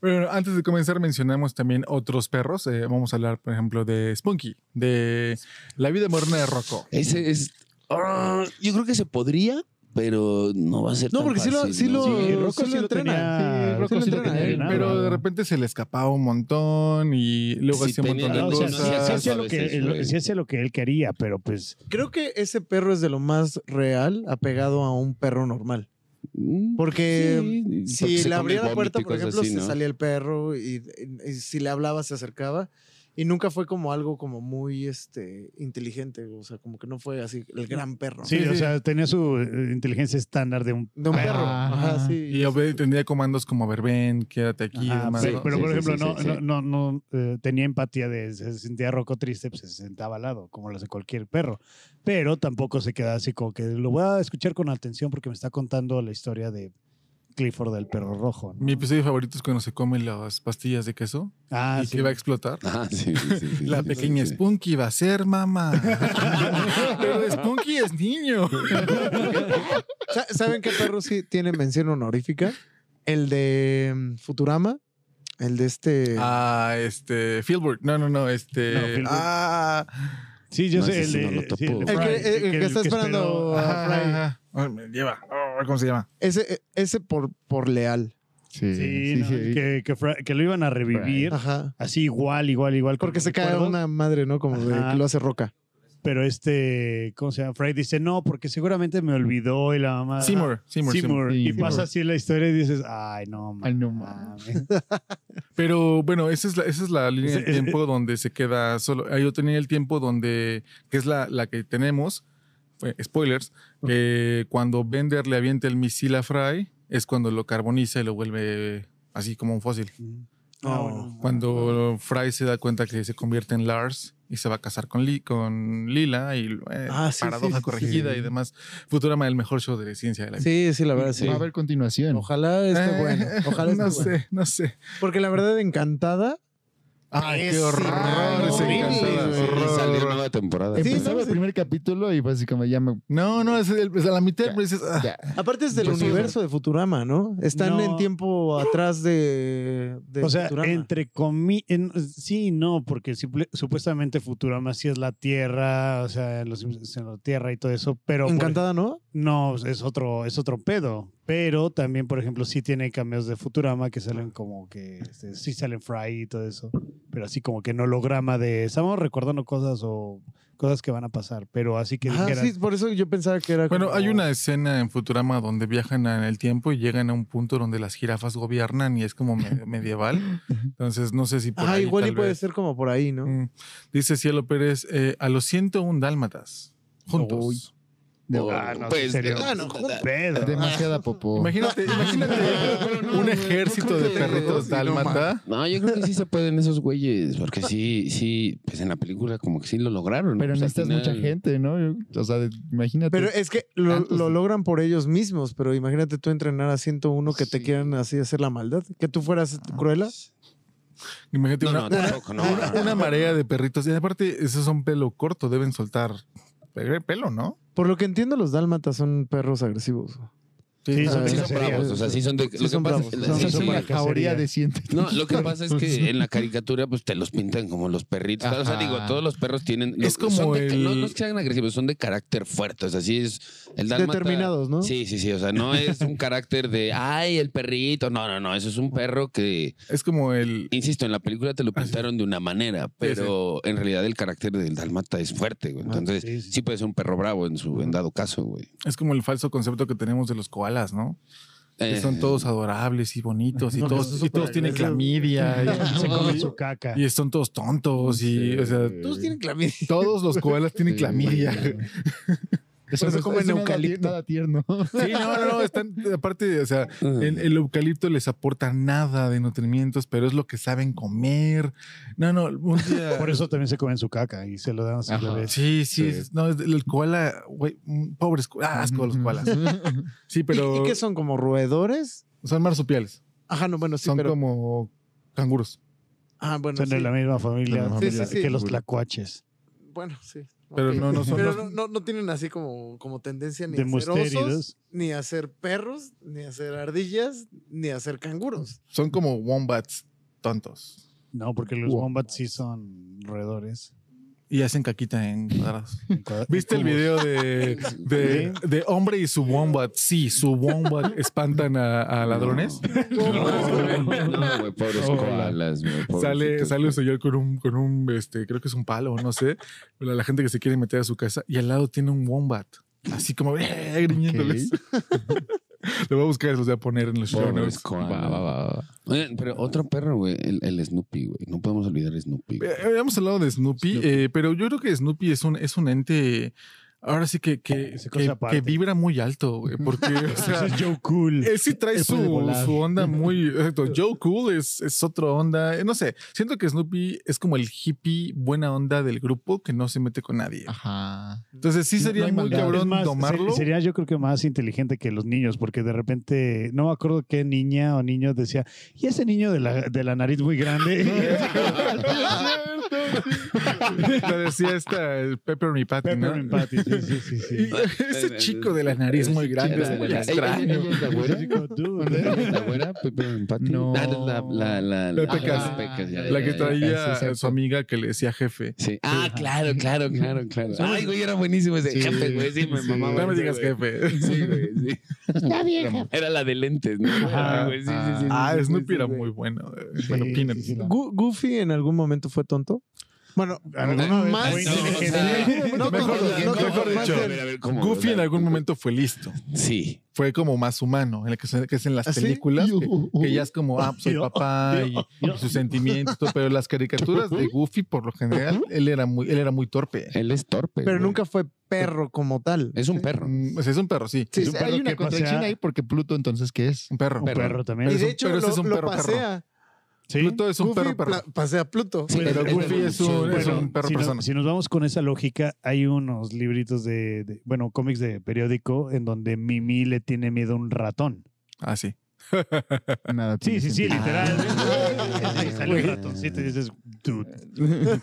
Speaker 1: Bueno, antes de comenzar mencionamos también otros perros. Eh, vamos a hablar, por ejemplo, de Spunky, de La vida moderna de Rocco.
Speaker 3: Ese es, ah, yo creo que se podría, pero no va a ser
Speaker 4: No,
Speaker 3: tan
Speaker 4: porque sí lo,
Speaker 3: fácil,
Speaker 4: sí
Speaker 3: ¿no?
Speaker 4: lo,
Speaker 2: Sí,
Speaker 4: sí
Speaker 2: Rocco
Speaker 4: lo
Speaker 2: sí lo tenía-
Speaker 4: entrena. Sí,
Speaker 2: Rocco
Speaker 4: Rocco
Speaker 2: Ah, sí
Speaker 4: sí
Speaker 2: lo
Speaker 4: lo entrena.
Speaker 2: tenía
Speaker 4: él.
Speaker 2: entrenado.
Speaker 1: Pero de repente se le escapaba un montón y luego
Speaker 3: Sí,
Speaker 1: hacía un
Speaker 3: tenía-
Speaker 1: montón de
Speaker 2: No, o sea, sí
Speaker 1: cosas.
Speaker 2: hacía lo que-
Speaker 3: Veces, güey.
Speaker 2: sí hacía lo que él quería, pero pues
Speaker 4: Creo que ese perro es de lo más real apegado a un perro normal.
Speaker 3: Mm,
Speaker 4: Porque
Speaker 3: sí, porque
Speaker 4: si
Speaker 3: se come
Speaker 4: le abría la
Speaker 3: vómito
Speaker 4: puerta,
Speaker 3: y
Speaker 4: por
Speaker 3: cosas
Speaker 4: ejemplo,
Speaker 3: así,
Speaker 4: se
Speaker 3: ¿no?
Speaker 4: salía el perro y, y- y si le hablaba se acercaba. Y nunca fue como algo como muy este, inteligente, o sea, como que no fue así el gran perro.
Speaker 2: sí,
Speaker 1: Sí,
Speaker 2: o
Speaker 1: sí.
Speaker 2: sea, tenía su eh, inteligencia estándar de un
Speaker 4: De un perro. Ajá,
Speaker 5: Ajá.
Speaker 4: sí.
Speaker 1: Y obede- tenía comandos como Verben, quédate aquí.
Speaker 2: Ajá,
Speaker 1: demás,
Speaker 2: sí,
Speaker 1: ¿no?
Speaker 2: pero
Speaker 3: Sí,
Speaker 2: por
Speaker 3: sí,
Speaker 2: ejemplo,
Speaker 3: sí,
Speaker 2: no,
Speaker 3: sí, sí.
Speaker 2: no, no, no, eh, tenía empatía de se sentía roco triste, pues se sentaba al lado, como lo hace cualquier perro. Pero tampoco se quedaba así como que lo voy a escuchar con atención porque me está contando la historia de Clifford del perro rojo. ¿no?
Speaker 1: Mi episodio favorito es cuando se comen las pastillas de queso
Speaker 2: ah,
Speaker 1: y
Speaker 2: sí.
Speaker 1: que va a explotar.
Speaker 3: Ah, sí, sí, sí, sí,
Speaker 1: La
Speaker 3: sí,
Speaker 1: pequeña
Speaker 3: sí, sí.
Speaker 1: Spunky va a ser mamá. Pero Spunky es niño.
Speaker 4: Sa- ¿Saben qué perro sí tiene mención honorífica? El de mm, Futurama. El de este.
Speaker 1: Ah, este. Philbert. No, no, no. Este.
Speaker 2: No, Philbert.
Speaker 1: ah.
Speaker 2: Sí, yo
Speaker 3: No,
Speaker 2: sé, el
Speaker 3: ese sí
Speaker 2: de,
Speaker 3: no lo
Speaker 2: sí, el de
Speaker 3: topo.
Speaker 4: el,
Speaker 2: Fry,
Speaker 4: que, el
Speaker 2: eh, el
Speaker 4: que
Speaker 2: el
Speaker 4: está
Speaker 2: esperó-
Speaker 4: esperando. a
Speaker 1: Ajá,
Speaker 4: Fry.
Speaker 1: ajá. Ay, me lleva. Oh, ¿Cómo se llama?
Speaker 4: Ese, e, ese por, por leal.
Speaker 5: Sí,
Speaker 2: Sí, no, Que, que Fry- que lo iban a revivir.
Speaker 4: Ajá.
Speaker 2: Así igual, igual, igual.
Speaker 4: Porque
Speaker 2: como
Speaker 4: se cae
Speaker 2: recuerdo.
Speaker 4: una madre, ¿no? Como de
Speaker 2: Ajá.
Speaker 4: que lo hace roca.
Speaker 2: Pero este, ¿cómo se llama? Fry dice, no, porque seguramente me olvidó y la mamá...
Speaker 1: Seymour, Seymour,
Speaker 2: Seymour.
Speaker 1: Seymour.
Speaker 5: Seymour.
Speaker 2: Y
Speaker 5: Seymour.
Speaker 2: pasa así la historia y dices, ay, no, mames.
Speaker 5: Ay, no
Speaker 2: Ah,
Speaker 1: Pero bueno, esa es la, esa es la línea
Speaker 2: Ese-
Speaker 1: del
Speaker 2: ese-
Speaker 4: eh,
Speaker 1: tiempo donde se queda solo. Ah, Yo tenía el tiempo donde, que es la, la que tenemos, fue- spoilers, eh, cuando Bender le avienta el misil a Fry, es cuando lo carboniza y lo vuelve así como un fósil.
Speaker 2: Ah,
Speaker 4: Oh.
Speaker 2: bueno.
Speaker 1: Cuando Fry se da cuenta que se convierte en Lars y se va a casar con, Li- con Lila y eh,
Speaker 4: Ah, sí,
Speaker 1: paradoja
Speaker 4: sí,
Speaker 1: corregida
Speaker 5: sí.
Speaker 1: y demás. Futurama, el mejor show de ciencia de la vida.
Speaker 4: Sí, sí, la verdad, sí.
Speaker 5: Va a haber continuación.
Speaker 4: Ojalá esté
Speaker 1: Eh,
Speaker 4: bueno. Ojalá esté
Speaker 1: no
Speaker 4: bueno.
Speaker 1: sé, no sé.
Speaker 4: Porque la verdad, encantada.
Speaker 1: Ay, qué
Speaker 4: Pésimo,
Speaker 5: Ah,
Speaker 1: horror.
Speaker 4: Ah, horrible,
Speaker 1: ese encantado,
Speaker 4: güey.
Speaker 1: horror,
Speaker 3: Y salió
Speaker 1: horror.
Speaker 3: nueva temporada.
Speaker 4: Sí,
Speaker 5: Empezaba
Speaker 4: no,
Speaker 5: el
Speaker 4: sí.
Speaker 5: primer capítulo y básicamente ya me.
Speaker 1: No, no, es, el- es a la mitad, pero dices, ah,
Speaker 5: Ya.
Speaker 4: Aparte es del
Speaker 5: Pues sí,
Speaker 4: universo de Futurama, ¿no? Están
Speaker 2: No.
Speaker 4: en tiempo atrás de, de
Speaker 2: O sea,
Speaker 4: Futurama.
Speaker 2: entre comillas, sí y no, porque suple- supuestamente Futurama sí es la Tierra, o sea, los Simpsons en la Tierra y todo eso, pero... por-
Speaker 4: Encantada, ¿no?
Speaker 2: no, es otro, es otro pedo. Pero también, por ejemplo, sí tiene cameos de Futurama que salen como que... este, sí salen Fry y todo eso, pero así como que en holograma de... Estamos recordando cosas o cosas que van a pasar, pero así que
Speaker 4: Ah,
Speaker 2: dijeras...
Speaker 4: sí, por eso yo pensaba que era.
Speaker 1: Bueno,
Speaker 4: como-
Speaker 1: hay una escena en Futurama donde viajan en el tiempo y llegan a un punto donde las jirafas gobiernan y es como me- medieval. Entonces, no sé si por
Speaker 4: Ah,
Speaker 1: ahí
Speaker 4: igual y
Speaker 1: tal
Speaker 4: puede
Speaker 1: vez.
Speaker 4: ser como por ahí, ¿no?
Speaker 1: Mm. Dice Cielo Pérez, eh, a los 101 dálmatas, juntos.
Speaker 5: De-
Speaker 3: O,
Speaker 2: Ah, no,
Speaker 3: pues,
Speaker 2: en serio.
Speaker 3: de-
Speaker 2: Ah,
Speaker 3: no,
Speaker 2: Pedo.
Speaker 5: Demasiada popó.
Speaker 1: Imagínate, imagínate un ejército de perritos dálmata.
Speaker 3: yo creo que sí se pueden esos güeyes, porque sí, sí, pues en la película como que sí lo lograron. ¿no?
Speaker 5: Pero
Speaker 3: Pues, al
Speaker 5: necesitas
Speaker 3: final-
Speaker 5: mucha gente, ¿no? Yo- O sea, de- imagínate.
Speaker 4: Pero es que lo,
Speaker 5: Tantos.
Speaker 4: lo logran por ellos mismos, pero imagínate tú entrenar a 101 que te
Speaker 3: Sí. pues.
Speaker 4: quieran así hacer la maldad, que tú fueras cruela.
Speaker 1: Imagínate
Speaker 3: No,
Speaker 1: una,
Speaker 3: no,
Speaker 1: una-
Speaker 3: tampoco, no,
Speaker 1: una-
Speaker 3: no, no.
Speaker 1: una marea de perritos. Y aparte, esos son pelo corto, deben soltar pe- pelo, ¿no?
Speaker 4: Por lo que entiendo, los dálmatas son perros agresivos.
Speaker 2: Sí,
Speaker 4: son
Speaker 3: Sí, son
Speaker 2: cacerías.
Speaker 3: bravos, o sea, sí son de... lo
Speaker 4: Sí
Speaker 3: que
Speaker 4: son
Speaker 3: pasa-
Speaker 4: bravos,
Speaker 3: sí,
Speaker 5: Son-
Speaker 3: sí,
Speaker 5: son para cacería
Speaker 2: cacería.
Speaker 5: de ciento.
Speaker 3: No, lo que pasa es que en la caricatura pues te los pintan como los perritos. O sea,
Speaker 5: Ajá.
Speaker 3: digo, todos los perros tienen...
Speaker 1: Es
Speaker 3: lo- son
Speaker 1: como
Speaker 3: de-
Speaker 1: el-
Speaker 3: no, no es que sean agresivos, son de carácter fuerte. O sea, sí es... El dálmata-
Speaker 4: Determinados, ¿no?
Speaker 3: Sí, sí, sí. O sea, no es un carácter de, ay, el perrito. No, no, no. Eso es un perro que,
Speaker 1: Es como el.
Speaker 3: insisto, en la película te lo
Speaker 1: Ah, sí.
Speaker 3: pintaron de una manera, pero en realidad el carácter del dálmata es fuerte, güey.
Speaker 2: Ah,
Speaker 3: Entonces,
Speaker 2: sí,
Speaker 3: sí,
Speaker 2: sí.
Speaker 3: puede ser un perro bravo en su en dado caso, güey.
Speaker 1: Es como el falso concepto que tenemos de los koalas, ¿no? Que
Speaker 3: Eh,
Speaker 1: son todos adorables y bonitos y
Speaker 4: No, que
Speaker 1: todos,
Speaker 4: son
Speaker 1: y
Speaker 4: súper
Speaker 1: todos tienen
Speaker 4: agresivos.
Speaker 1: clamidia
Speaker 2: Se
Speaker 1: y-
Speaker 2: come su caca.
Speaker 1: y, son todos tontos y, o sea,
Speaker 5: Todos tienen
Speaker 1: clamidia. Todos los koalas tienen clamidia.
Speaker 5: Eso,
Speaker 4: eso
Speaker 5: no-
Speaker 4: comen
Speaker 5: eso nada tier-
Speaker 4: eucalipto.
Speaker 5: Nada tierno.
Speaker 1: Sí, no, no, no, están, aparte, o sea,
Speaker 4: Ah.
Speaker 3: eh,
Speaker 1: el, el eucalipto les aporta nada de nutrimientos, pero es lo que saben comer. No, no, un día...
Speaker 2: Por eso también se comen su caca y se lo dan a sus
Speaker 5: Ajá.
Speaker 2: bebés.
Speaker 1: Sí, sí,
Speaker 5: Sí.
Speaker 1: es- no, es- el koala, güey, mm, pobres, ko- ah, asco a los koalas. Sí,
Speaker 4: ¿Y,
Speaker 1: pero
Speaker 4: y qué son? ¿Como roedores?
Speaker 1: son marsupiales,
Speaker 4: Ajá, no, bueno, sí,
Speaker 1: son
Speaker 4: pero...
Speaker 1: como canguros,
Speaker 4: Ah, bueno,
Speaker 2: Son de
Speaker 4: sí.
Speaker 2: la misma familia
Speaker 4: Sí, sí, sí.
Speaker 2: que los tlacuaches.
Speaker 4: Bueno, sí.
Speaker 1: Pero
Speaker 4: ok.
Speaker 1: no, no son
Speaker 4: Pero
Speaker 1: los-
Speaker 4: no, no- no tienen así como, como tendencia ni
Speaker 2: De
Speaker 4: a ser osos,
Speaker 2: mustéridos.
Speaker 4: ni a ser perros, ni a ser ardillas, ni a ser canguros.
Speaker 1: son como wombats tontos
Speaker 2: No, porque los
Speaker 5: Wow.
Speaker 2: wombats sí son roedores.
Speaker 1: y hacen caquita en cuadrados.
Speaker 2: en cuadra-
Speaker 1: ¿Viste el
Speaker 2: en
Speaker 1: video
Speaker 2: cubos.
Speaker 1: de, de, de hombre y su wombat? Sí, su wombat espantan a, a ladrones.
Speaker 3: No, güey, pobres
Speaker 5: Hola.
Speaker 3: koalas, güey.
Speaker 1: Sale,
Speaker 3: pobrecitos,
Speaker 1: sale
Speaker 3: güey.
Speaker 1: el señor con un, con un, este, creo que es un palo, no sé, la, la gente que se quiere meter a su casa y al lado tiene un wombat, así como eh, griñéndoles. Lo voy a buscar, se los voy a poner en los show
Speaker 3: Pobres
Speaker 1: notes.
Speaker 3: koalas. Oigan, pero otro perro, güey, el, el Snoopy, güey. No podemos olvidar a Snoopy. güey.
Speaker 1: Eh, Habíamos hablado de Snoopy,
Speaker 5: Snoopy.
Speaker 1: eh, pero yo creo que Snoopy es un, es un ente, ahora sí que, que,
Speaker 2: Esa
Speaker 1: que-
Speaker 2: cosa
Speaker 1: que
Speaker 2: aparte.
Speaker 1: vibra muy alto, güey, porque, o sea,
Speaker 2: Ese es Joe Cool.
Speaker 1: Él sí trae
Speaker 5: Él
Speaker 1: su,
Speaker 5: puede volar.
Speaker 1: su onda muy. exacto. Joe Cool es, es otra onda. eh, No sé. Siento que Snoopy es como el hippie buena onda del grupo que no se mete con nadie.
Speaker 5: Ajá.
Speaker 1: Entonces sí
Speaker 5: No- no
Speaker 1: sería
Speaker 5: hay
Speaker 1: muy
Speaker 5: maldad.
Speaker 1: cabrón
Speaker 2: Es más, se-
Speaker 1: domarlo.
Speaker 2: Sería yo creo que más inteligente que los niños, porque de repente, no me acuerdo qué niña o niño decía, y ese niño de la, de la nariz muy grande.
Speaker 1: Lo decía esta, el Peppermint Patty,
Speaker 2: Pepper
Speaker 1: ¿no?
Speaker 2: and Patty, sí, sí, sí, sí.
Speaker 1: Y ese chico de la nariz muy grande es muy
Speaker 3: Ella-
Speaker 1: extraño.
Speaker 3: ella es la güera.
Speaker 2: Sí, como tú,
Speaker 5: ¿Dónde?
Speaker 3: ¿La güera? Pepe en Patty.
Speaker 5: No.
Speaker 3: Ah, La, la, la,
Speaker 1: La
Speaker 3: la-
Speaker 1: Pecas.
Speaker 3: ah, Pecas, ya,
Speaker 1: La
Speaker 3: ya,
Speaker 1: que
Speaker 3: ya.
Speaker 1: traía
Speaker 5: Sí,
Speaker 1: a
Speaker 5: exacto.
Speaker 1: su amiga que le decía jefe.
Speaker 3: Sí. Ah, claro, claro, claro, claro. Ay, güey, era buenísimo ese
Speaker 5: Sí,
Speaker 3: jefe, güey. Sí, me
Speaker 5: sí.
Speaker 3: mamaba.
Speaker 1: No me
Speaker 3: ese,
Speaker 1: digas
Speaker 3: güey.
Speaker 1: jefe.
Speaker 3: Sí, güey, sí.
Speaker 5: Está bien.
Speaker 3: Era la de lentes, ¿no?
Speaker 5: Ajá.
Speaker 3: Ah, güey, sí, sí, sí.
Speaker 1: Ah,
Speaker 4: sí,
Speaker 1: Snoopy
Speaker 4: sí,
Speaker 1: era
Speaker 4: güey.
Speaker 1: muy bueno. eh,
Speaker 2: Sí,
Speaker 1: Bueno,
Speaker 2: sí,
Speaker 1: Peanut.
Speaker 2: sí, la-
Speaker 4: Gu- ¿Goofy en algún momento fue tonto? Bueno,
Speaker 2: Alguna vez
Speaker 4: más
Speaker 2: fue
Speaker 3: Ah, No, o
Speaker 2: inteligente.
Speaker 3: sea,
Speaker 1: mejor-
Speaker 3: no,
Speaker 4: No,
Speaker 1: mejor
Speaker 3: no, no,
Speaker 1: dicho,
Speaker 3: a ver, a ver, ¿cómo?
Speaker 1: Goofy
Speaker 3: O
Speaker 1: en
Speaker 3: sea,
Speaker 1: algún momento fue listo.
Speaker 3: Sí.
Speaker 1: Fue como más humano, en el que, se- que es en las
Speaker 4: ¿Ah, sí?
Speaker 1: películas. que-
Speaker 5: Yo-
Speaker 1: que ya es como, ah, soy
Speaker 2: Yo-
Speaker 1: papá y,
Speaker 2: yo-
Speaker 1: y sus sentimientos, todo, pero las caricaturas de Goofy, por lo general, él era muy, él era muy torpe.
Speaker 3: Él es torpe.
Speaker 4: pero
Speaker 3: güey.
Speaker 4: nunca fue perro como tal.
Speaker 3: Es un perro.
Speaker 1: Mm, o sea, es un perro, sí,
Speaker 4: Sí,
Speaker 5: Sí,
Speaker 4: sí,
Speaker 5: hay
Speaker 2: perro
Speaker 5: una
Speaker 2: que pasea-
Speaker 5: contradicción ahí porque Pluto, entonces, ¿qué es?
Speaker 1: un perro.
Speaker 2: Un
Speaker 3: Pero-
Speaker 2: perro también.
Speaker 4: y
Speaker 1: es
Speaker 4: de
Speaker 1: un-
Speaker 4: hecho
Speaker 1: pero ese
Speaker 4: lo,
Speaker 1: es un
Speaker 4: lo
Speaker 1: perro, perro.
Speaker 4: pasea.
Speaker 2: Sí.
Speaker 1: Pluto es un
Speaker 4: Goofy
Speaker 1: perro, perro.
Speaker 4: pla- pasea a Pluto.
Speaker 2: Sí,
Speaker 1: Pero
Speaker 2: es-
Speaker 1: Goofy es un, es
Speaker 2: Bueno,
Speaker 1: un perro
Speaker 2: si, no-
Speaker 1: persona.
Speaker 2: si nos vamos con esa lógica, hay unos libritos de, de- bueno, cómics de periódico en donde Mimi le tiene miedo a un ratón.
Speaker 1: Ah, sí.
Speaker 5: Nada.
Speaker 2: Sí,
Speaker 5: tiene
Speaker 2: sí, sí,
Speaker 5: sentido.
Speaker 2: literal.
Speaker 5: Ah.
Speaker 2: Y sale el ratoncito y dices, dude.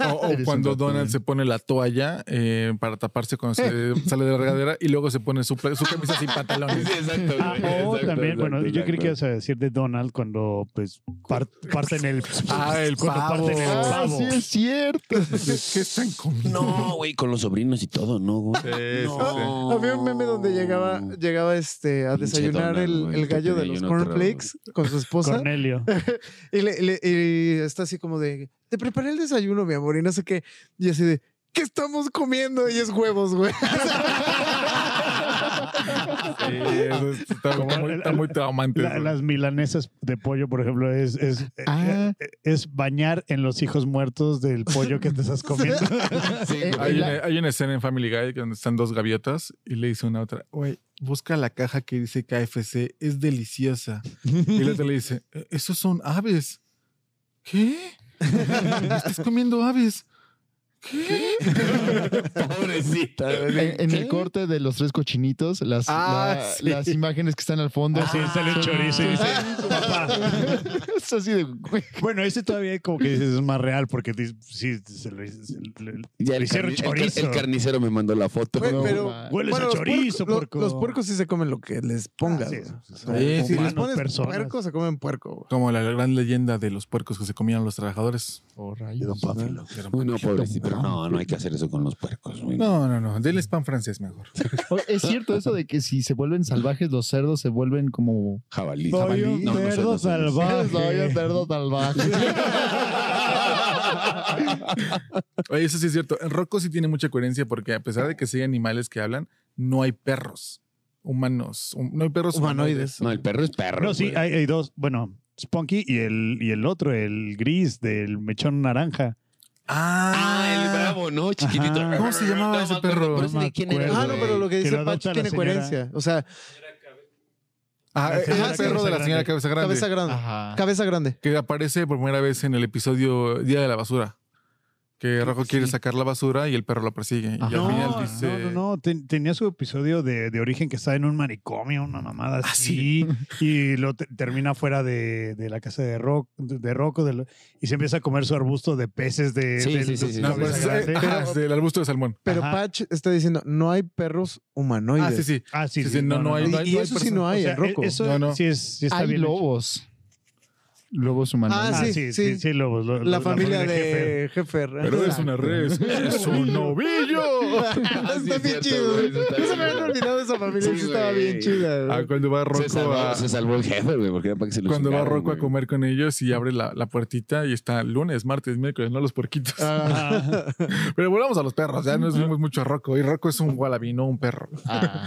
Speaker 1: O, o
Speaker 5: Eres un
Speaker 1: cuando
Speaker 5: ratón.
Speaker 1: Donald se pone la toalla eh, para taparse cuando se sale de la regadera y luego se pone su, pla- su camisa sin pantalones.
Speaker 3: Sí, exacto.
Speaker 2: Ah,
Speaker 3: güey,
Speaker 2: o
Speaker 3: exacto,
Speaker 2: también,
Speaker 3: exacto,
Speaker 2: bueno, yo creí
Speaker 3: exacto.
Speaker 2: que ibas a decir de Donald cuando pues par- parten el
Speaker 1: Ah, el
Speaker 2: cuando
Speaker 1: pavo.
Speaker 2: parten el
Speaker 5: Ah,
Speaker 2: pavo.
Speaker 5: sí, es cierto.
Speaker 1: ¿Qué están comiendo?
Speaker 3: No, güey, con los sobrinos y todo, ¿no, güey?
Speaker 1: Sí, sí,
Speaker 3: No.
Speaker 4: Había un meme donde llegaba, llegaba este, a
Speaker 3: Pinche
Speaker 4: desayunar
Speaker 3: Donald,
Speaker 4: el,
Speaker 3: güey,
Speaker 4: el
Speaker 3: que
Speaker 4: gallo de
Speaker 3: tenía
Speaker 4: los
Speaker 3: yo en otro-
Speaker 4: cornflakes con su esposa
Speaker 2: Cornelio.
Speaker 4: y, le- y le- y está así como de, te preparé el desayuno, mi amor, y no sé qué. Y así de, ¿qué estamos comiendo? Y es huevos, güey.
Speaker 1: eso está,
Speaker 2: Como
Speaker 1: muy,
Speaker 2: el-
Speaker 1: está muy traumante.
Speaker 2: La-
Speaker 1: güey.
Speaker 2: las milanesas de pollo, por ejemplo, es, es,
Speaker 5: Ah.
Speaker 2: eh, es bañar en los hijos muertos del pollo que te estás comiendo.
Speaker 3: Sí,
Speaker 5: Eh,
Speaker 1: Hay
Speaker 5: la-
Speaker 1: una, hay una escena en Family Guy donde están dos gaviotas y le dice una a otra, güey, busca la caja que dice KFC, es deliciosa. Y la otra le dice, "Eh, esos son aves. ¿Qué? ¿Estás comiendo aves? ¿Qué?
Speaker 3: Pobrecita.
Speaker 5: En, en el
Speaker 3: ¿Qué?
Speaker 5: corte de los tres cochinitos, las,
Speaker 4: Ah,
Speaker 5: la-
Speaker 4: sí.
Speaker 5: las imágenes que están al fondo.
Speaker 2: Así Ah, sale un chorizo y dice, papá.
Speaker 5: es así de. güey.
Speaker 2: Bueno, ese todavía como que dices es más real porque dices, sí, se lo- se lo-
Speaker 3: Ya
Speaker 2: Le hicieron
Speaker 3: carni- car-
Speaker 2: chorizo.
Speaker 3: el carnicero me mandó la foto.
Speaker 4: Güey,
Speaker 5: No,
Speaker 4: pero-
Speaker 5: ma-
Speaker 2: hueles a
Speaker 4: los
Speaker 2: chorizo,
Speaker 4: puercos-
Speaker 2: puerco.
Speaker 4: lo- Los puercos sí se comen lo que les
Speaker 2: Ah,
Speaker 4: pongas.
Speaker 2: sí,
Speaker 4: güey.
Speaker 2: sí, sí.
Speaker 4: Como
Speaker 1: Sí, sí,
Speaker 4: si les
Speaker 2: humanos,
Speaker 4: pones
Speaker 2: personas.
Speaker 4: puerco, se comen puerco. güey.
Speaker 1: Como la gran leyenda de los puercos que se comían los trabajadores.
Speaker 5: Oh, rayos.
Speaker 3: Uy, no, pobrecito. Pero no, no hay que hacer eso con los puercos. güey.
Speaker 1: No, no, no. Denles pan francés mejor.
Speaker 5: O- Es cierto eso de que si se vuelven salvajes, los cerdos se vuelven como. eh,
Speaker 3: Jabalí.
Speaker 2: Soy un
Speaker 3: No, no sé,
Speaker 2: cerdo
Speaker 3: no sé, no sé.
Speaker 2: salvaje.
Speaker 5: Soy un cerdo salvaje.
Speaker 1: Oye, eso sí es cierto. En Rocco sí tiene mucha coherencia porque a pesar de que sí hay animales que hablan, no hay perros humanos. hum- No hay perros humanoides.
Speaker 4: Humanoides.
Speaker 3: No, el perro es perro.
Speaker 2: No, sí,
Speaker 3: güey.
Speaker 2: hay, hay dos. Bueno, Spunky y el, y el otro, el gris del mechón naranja.
Speaker 3: Ah, el bravo, ¿no? Chiquitito.
Speaker 2: Ajá.
Speaker 1: ¿Cómo se llamaba
Speaker 3: No
Speaker 1: ese
Speaker 3: me acuerdo,
Speaker 1: perro?
Speaker 3: pero ese
Speaker 2: No
Speaker 3: de
Speaker 2: me
Speaker 3: quién era,
Speaker 2: acuerdo.
Speaker 3: güey.
Speaker 4: Ah, no, pero lo que
Speaker 2: Que
Speaker 4: dice
Speaker 2: lo
Speaker 4: Pacho
Speaker 2: adopta la
Speaker 4: tiene
Speaker 2: señora.
Speaker 4: coherencia. O sea,
Speaker 1: Ah,
Speaker 2: La
Speaker 1: es
Speaker 2: señora
Speaker 1: el perro
Speaker 2: Cabeza
Speaker 1: de la señora
Speaker 2: Grande.
Speaker 1: Cabeza Grande.
Speaker 4: cabeza grande.
Speaker 5: Ajá.
Speaker 4: Cabeza grande.
Speaker 1: Que aparece por primera vez en el episodio Día de la Basura. Que Rocco quiere sacar la basura y el perro lo persigue. Y
Speaker 5: Ajá.
Speaker 1: al
Speaker 4: Ah,
Speaker 1: final
Speaker 2: no,
Speaker 1: dice.
Speaker 2: no, no, ten- tenía su episodio de, de origen que está en un manicomio, una mamada
Speaker 1: Ah,
Speaker 2: así, y lo te- termina fuera de, de la casa de, Rock, de, de Rocco del- y se empieza a comer su arbusto de peces de,
Speaker 3: Sí,
Speaker 2: del-
Speaker 3: sí, sí, sí,
Speaker 2: de
Speaker 1: No,
Speaker 2: cabeza
Speaker 1: pues, eh,
Speaker 2: grande.
Speaker 1: ajá, es del arbusto de salmón.
Speaker 4: Pero
Speaker 2: Ajá.
Speaker 4: Patch está diciendo, no hay perros humanoides.
Speaker 1: Ah, sí, sí.
Speaker 2: Ah, sí,
Speaker 1: Sí, sí, no, no hay-
Speaker 4: Y,
Speaker 1: no
Speaker 4: y eso sí
Speaker 1: persona-
Speaker 4: no
Speaker 2: O
Speaker 4: hay,
Speaker 2: sea,
Speaker 4: en Rocco.
Speaker 2: e- Eso
Speaker 1: No, no.
Speaker 2: sí, es, sí está
Speaker 5: Hay
Speaker 2: bien hecho.
Speaker 5: lobos. Lobos humanos.
Speaker 4: Ah,
Speaker 2: Ah, sí, sí, sí,
Speaker 4: sí.
Speaker 2: lobos, lo- lo-
Speaker 4: la familia
Speaker 2: Heffer.
Speaker 4: de Jefer. Ah,
Speaker 1: Pero es una res, es un novillo.
Speaker 3: Ah, sí,
Speaker 4: Está
Speaker 3: es
Speaker 4: bien
Speaker 3: cierto,
Speaker 4: chido.
Speaker 3: güey, eso
Speaker 4: güey.
Speaker 3: está
Speaker 4: No se me
Speaker 3: bien.
Speaker 4: había olvidado esa familia.
Speaker 3: Sí,
Speaker 4: sí estaba
Speaker 3: güey.
Speaker 4: bien chida.
Speaker 1: Ah,
Speaker 4: güey.
Speaker 1: cuando va
Speaker 3: Se
Speaker 1: Rocco
Speaker 3: salvó,
Speaker 1: a.
Speaker 3: se salvó el jefe, güey, porque era para que se lo
Speaker 1: Cuando va
Speaker 3: chingaran,
Speaker 1: Rocco a
Speaker 3: güey.
Speaker 1: comer con ellos y abre la, la puertita y está lunes, martes, miércoles, no los puerquitos.
Speaker 2: Ah,
Speaker 1: Pero volvamos a los perros, ya nos vimos mucho a Rocco. Y Rocco es un wallaby, no un perro.
Speaker 5: Ah,